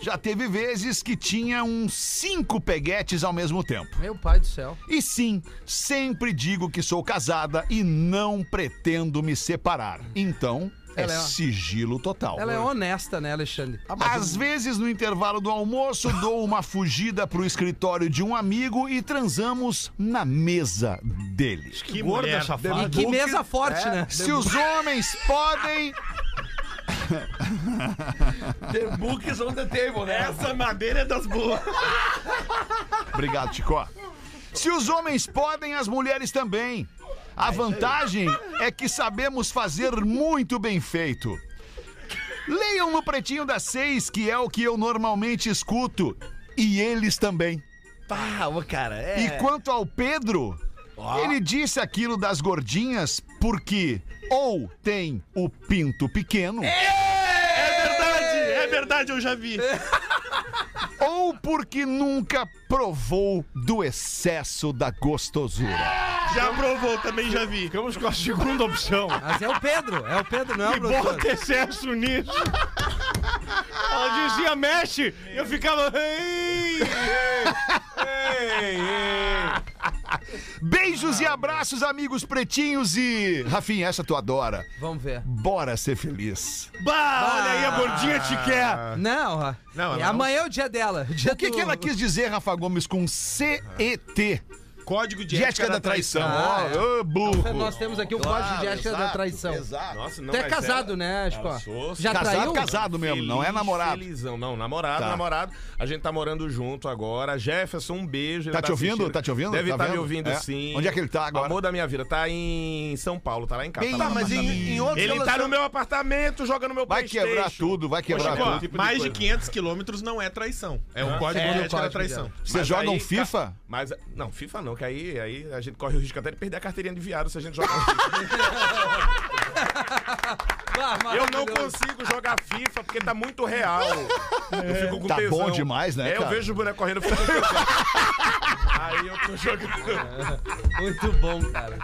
Speaker 2: já teve vezes que tinha uns cinco peguetes ao mesmo tempo.
Speaker 4: Meu pai do céu.
Speaker 2: E sim, sempre digo que sou casada e não pretendo me separar. Então, é,
Speaker 4: Ela é-
Speaker 2: sigilo total.
Speaker 4: Ela é honesta, né, Alexandre?
Speaker 2: Às vezes, no intervalo do almoço, dou uma fugida pro escritório de um amigo e transamos na mesa dele.
Speaker 6: Que gorda safada.
Speaker 4: E que mesa forte, né?
Speaker 2: Se os homens podem,
Speaker 7: The book is on the table, né?
Speaker 6: Essa madeira é das boas.
Speaker 2: Obrigado, Chicó. Se os homens podem, as mulheres também. A vantagem é que sabemos fazer muito bem feito. Leiam no Pretinho das Seis, que é o que eu normalmente escuto. E eles também.
Speaker 7: Pá, ô, cara, é.
Speaker 2: E quanto ao Pedro, ele disse aquilo das gordinhas porque ou tem o pinto pequeno,
Speaker 6: É verdade, é verdade, eu já vi.
Speaker 2: ou porque nunca provou do excesso da gostosura.
Speaker 6: Já provou, também já vi. Ficamos com a segunda opção.
Speaker 4: Mas é o Pedro, é o Pedro, não é o
Speaker 6: Porra,
Speaker 4: professor.
Speaker 6: ter excesso nisso. Ela dizia, mexe. E eu ficava... Ei, ei, ei, ei.
Speaker 2: Beijos e
Speaker 6: Ah,
Speaker 2: abraços, amigos pretinhos e. Rafinha, essa tu adora.
Speaker 4: Vamos ver.
Speaker 2: Bora ser feliz.
Speaker 6: Bah, olha aí, a gordinha te quer.
Speaker 4: Não, ah,
Speaker 6: Não, ela
Speaker 4: amanhã é o dia dela.
Speaker 2: O que, que ela quis dizer, Rafa Gomes, com CET?
Speaker 6: Código de
Speaker 2: Jéssica da Traição.
Speaker 4: Ah,
Speaker 2: Ó, ô, burro.
Speaker 4: Nós temos aqui o código de
Speaker 6: Ah,
Speaker 4: ética da traição.
Speaker 7: Exato.
Speaker 3: Nossa, não,
Speaker 4: Tu é
Speaker 3: mas
Speaker 4: casado,
Speaker 3: ela-
Speaker 4: né, Chico?
Speaker 3: ela sou-
Speaker 4: Já
Speaker 2: casado,
Speaker 4: traiu?
Speaker 2: casado mesmo, não é
Speaker 3: Feliz,
Speaker 2: namorado.
Speaker 3: Felizão, não, namorado,
Speaker 2: Tá.
Speaker 3: namorado. A gente tá morando junto agora. Jefferson, um beijo. ele
Speaker 2: Tá te ouvindo?
Speaker 3: assistindo.
Speaker 2: Tá te ouvindo?
Speaker 3: Deve
Speaker 2: Tá
Speaker 3: estar me
Speaker 2: vendo?
Speaker 3: ouvindo,
Speaker 2: É.
Speaker 3: sim.
Speaker 2: Onde é que ele tá agora?
Speaker 3: Amor da minha vida, tá em São Paulo, tá lá em casa.
Speaker 2: Bem,
Speaker 3: lá
Speaker 7: Tá, mas em, em outros
Speaker 3: Ele tá no meu apartamento jogando meu
Speaker 2: Vai quebrar tudo, vai quebrar
Speaker 3: Chico,
Speaker 2: tudo.
Speaker 3: tipo de
Speaker 6: mais de
Speaker 3: coisa.
Speaker 6: 500 quilômetros não é traição. É um código
Speaker 4: É,
Speaker 6: de
Speaker 4: é o
Speaker 6: ética da
Speaker 4: código
Speaker 6: traição.
Speaker 2: Vocês
Speaker 3: Mas
Speaker 2: jogam
Speaker 3: aí,
Speaker 2: um FIFA?
Speaker 3: ca- Mas, não, FIFA não, que aí, aí a gente corre o risco até de perder a carteirinha de viado se a gente jogar um FIFA.
Speaker 4: Ah,
Speaker 3: Eu não
Speaker 4: maravilhoso.
Speaker 3: consigo jogar FIFA porque tá muito real. Eu fico com
Speaker 2: Tá
Speaker 3: tesão.
Speaker 2: bom demais, né,
Speaker 3: É, eu
Speaker 2: cara?
Speaker 3: vejo o boneco correndo. eu fico com tesão. aí eu tô jogando.
Speaker 4: É, Muito bom, cara.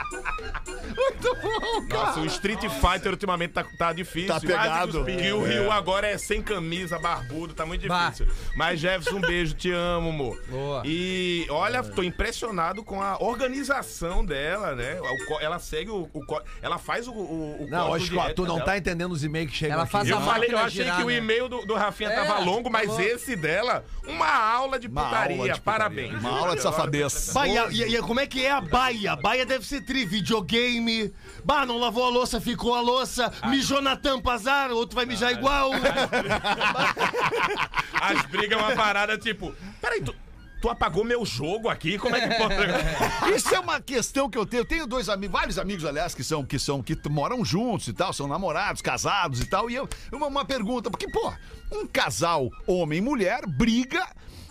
Speaker 3: Nossa, o Street Fighter ultimamente tá, tá difícil.
Speaker 2: Tá pegado.
Speaker 3: E o Rio agora é sem camisa, barbudo, tá muito
Speaker 4: Bah.
Speaker 3: difícil. Mas Jefferson, um beijo, te amo, amor.
Speaker 4: Boa.
Speaker 3: E olha, tô impressionado com a organização dela, né? O co- Ela segue o, o co- ela faz o, o, o
Speaker 7: Não,
Speaker 3: código
Speaker 7: hoje, ó,
Speaker 3: de
Speaker 7: tu não
Speaker 3: ética
Speaker 7: tá
Speaker 3: dela.
Speaker 7: entendendo os e-mails que chegam
Speaker 4: Ela
Speaker 7: aqui.
Speaker 4: faz
Speaker 3: Eu
Speaker 4: a
Speaker 3: falei, eu
Speaker 4: máquina
Speaker 3: achei
Speaker 4: girar,
Speaker 3: que o
Speaker 4: né?
Speaker 3: e-mail do, do Rafinha
Speaker 4: É,
Speaker 3: tava longo, mas
Speaker 4: falou.
Speaker 3: esse dela, uma aula de
Speaker 2: Uma
Speaker 3: putaria.
Speaker 2: aula de
Speaker 3: Parabéns.
Speaker 2: putaria. Uma aula de safadeza.
Speaker 5: Baia, e, e como é que é a baia? Baia deve ser tri, videogame. Bah, não lavou a louça, ficou a louça. Mijou na tampa, azar, outro vai mijar igual.
Speaker 3: As brigas é uma parada tipo. Peraí, tu, tu apagou meu jogo aqui? Como é que pode?
Speaker 2: Isso é uma questão que eu tenho. Eu tenho dois amigos, vários amigos, aliás, que são, que são, que t- moram juntos e tal, são namorados, casados e tal. E eu, uma, uma pergunta, porque, pô, um casal, homem e mulher, briga.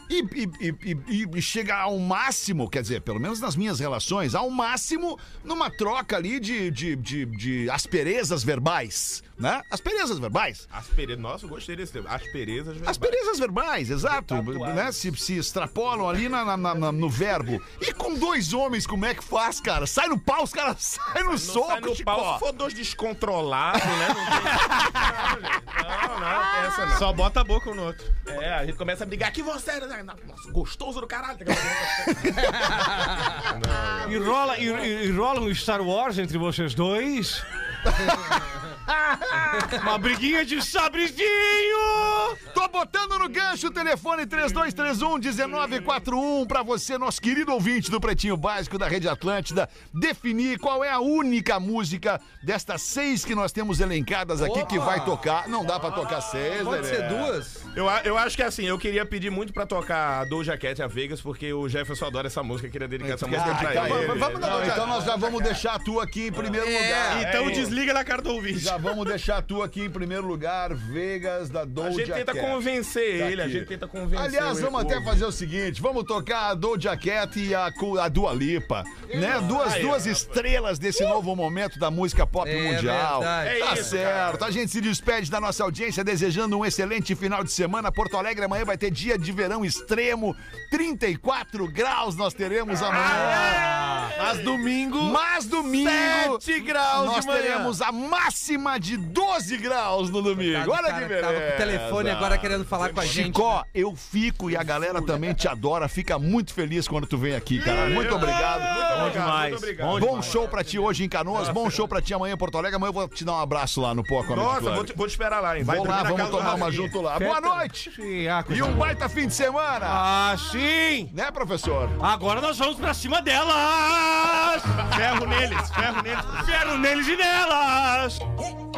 Speaker 2: E, e- e- e- e chega ao máximo, quer dizer, pelo menos nas minhas relações, ao máximo numa troca ali de, de, de, de asperezas verbais, né? Asperezas verbais.
Speaker 3: Aspereza. Nossa, eu gostei desse tempo. Asperezas.
Speaker 2: As perezas verbais, exato. Né? Se, se extrapolam ali na- na- na- na- no verbo. E com dois homens, como é que faz, cara? Sai no pau, os caras saem no soco,
Speaker 3: Soco, no
Speaker 2: Chico.
Speaker 3: pau, se for dois descontrolados, né? Não, tem- não, não, não, essa não.
Speaker 6: Só bota a boca um no outro.
Speaker 3: É, a gente começa a brigar. Que você, né? Nossa, gostoso do caralho.
Speaker 11: Enrola, en- en- enrola um Star Wars entre vocês dois. Uma briguinha de sabrezinho!
Speaker 2: Tô botando no gancho o telefone 3231-1941 pra você, nosso querido ouvinte do Pretinho Básico da Rede Atlântida, definir qual é a única música destas seis que nós temos elencadas aqui que
Speaker 4: Opa!
Speaker 2: vai tocar. Não dá pra tocar seis,
Speaker 4: Pode
Speaker 2: né?
Speaker 4: ser duas?
Speaker 3: Eu, a- eu acho que assim, eu queria pedir muito pra tocar a Doja Cat e a Vegas, porque o Jefferson adora essa música, eu queria dedicar essa música pra
Speaker 2: Então,
Speaker 3: ele.
Speaker 2: vamos- vamos dar- É, então nós já vamos deixar a tua aqui em primeiro lugar.
Speaker 3: é
Speaker 6: Então desliga na cara do ouvinte.
Speaker 2: Já vamos deixar a tua aqui em primeiro lugar, Vegas da Doja
Speaker 3: A gente tenta
Speaker 2: Cat.
Speaker 3: convencer
Speaker 2: Tá
Speaker 3: ele, a
Speaker 2: aqui.
Speaker 3: gente tenta convencer
Speaker 2: Aliás,
Speaker 3: o-
Speaker 2: vamos
Speaker 3: o-
Speaker 2: até fazer o seguinte, vamos tocar a Doja Cat e a, cu- a Dua Lipa, né? Duas, duas estrelas desse novo momento da música pop
Speaker 4: É
Speaker 2: mundial.
Speaker 4: verdade.
Speaker 2: Tá
Speaker 3: É isso,
Speaker 2: certo. A gente se despede da nossa audiência desejando um excelente final de semana. Porto Alegre amanhã vai ter dia de verão extremo, 34 graus nós teremos amanhã.
Speaker 7: Mas domingo,
Speaker 2: Mas domingo
Speaker 7: 7 graus
Speaker 2: nós
Speaker 7: de manhã.
Speaker 2: teremos a máxima de 12 graus no domingo.
Speaker 4: Tá Cara,
Speaker 2: Olha
Speaker 4: cara
Speaker 2: que
Speaker 4: que tava com o
Speaker 2: beleza.
Speaker 4: telefone agora querendo falar com a gente.
Speaker 2: Chicó, eu fico e a galera também te adora. Fica muito feliz quando tu vem aqui, cara. Muito obrigado.
Speaker 11: Bom demais. Bom
Speaker 2: Bom show pra ti hoje em Canoas, bom show pra ti amanhã em Porto Alegre. Amanhã eu vou te dar um abraço lá no Poco Amigo
Speaker 3: Nossa,
Speaker 2: Club.
Speaker 3: vou te, vou te esperar lá, hein? Vai
Speaker 2: Vamos lá,
Speaker 3: dormir na
Speaker 2: vamos
Speaker 3: casa do
Speaker 2: tomar uma
Speaker 3: Rafinha.
Speaker 2: junto lá. Boa noite
Speaker 11: Sim, ah,
Speaker 2: e
Speaker 11: coisa
Speaker 2: um
Speaker 11: boa.
Speaker 2: baita fim de semana.
Speaker 11: Ah, sim!
Speaker 2: Né, professor?
Speaker 11: Agora nós vamos pra cima delas! ferro neles, ferro neles. Ferro neles e nelas!
Speaker 10: Hey,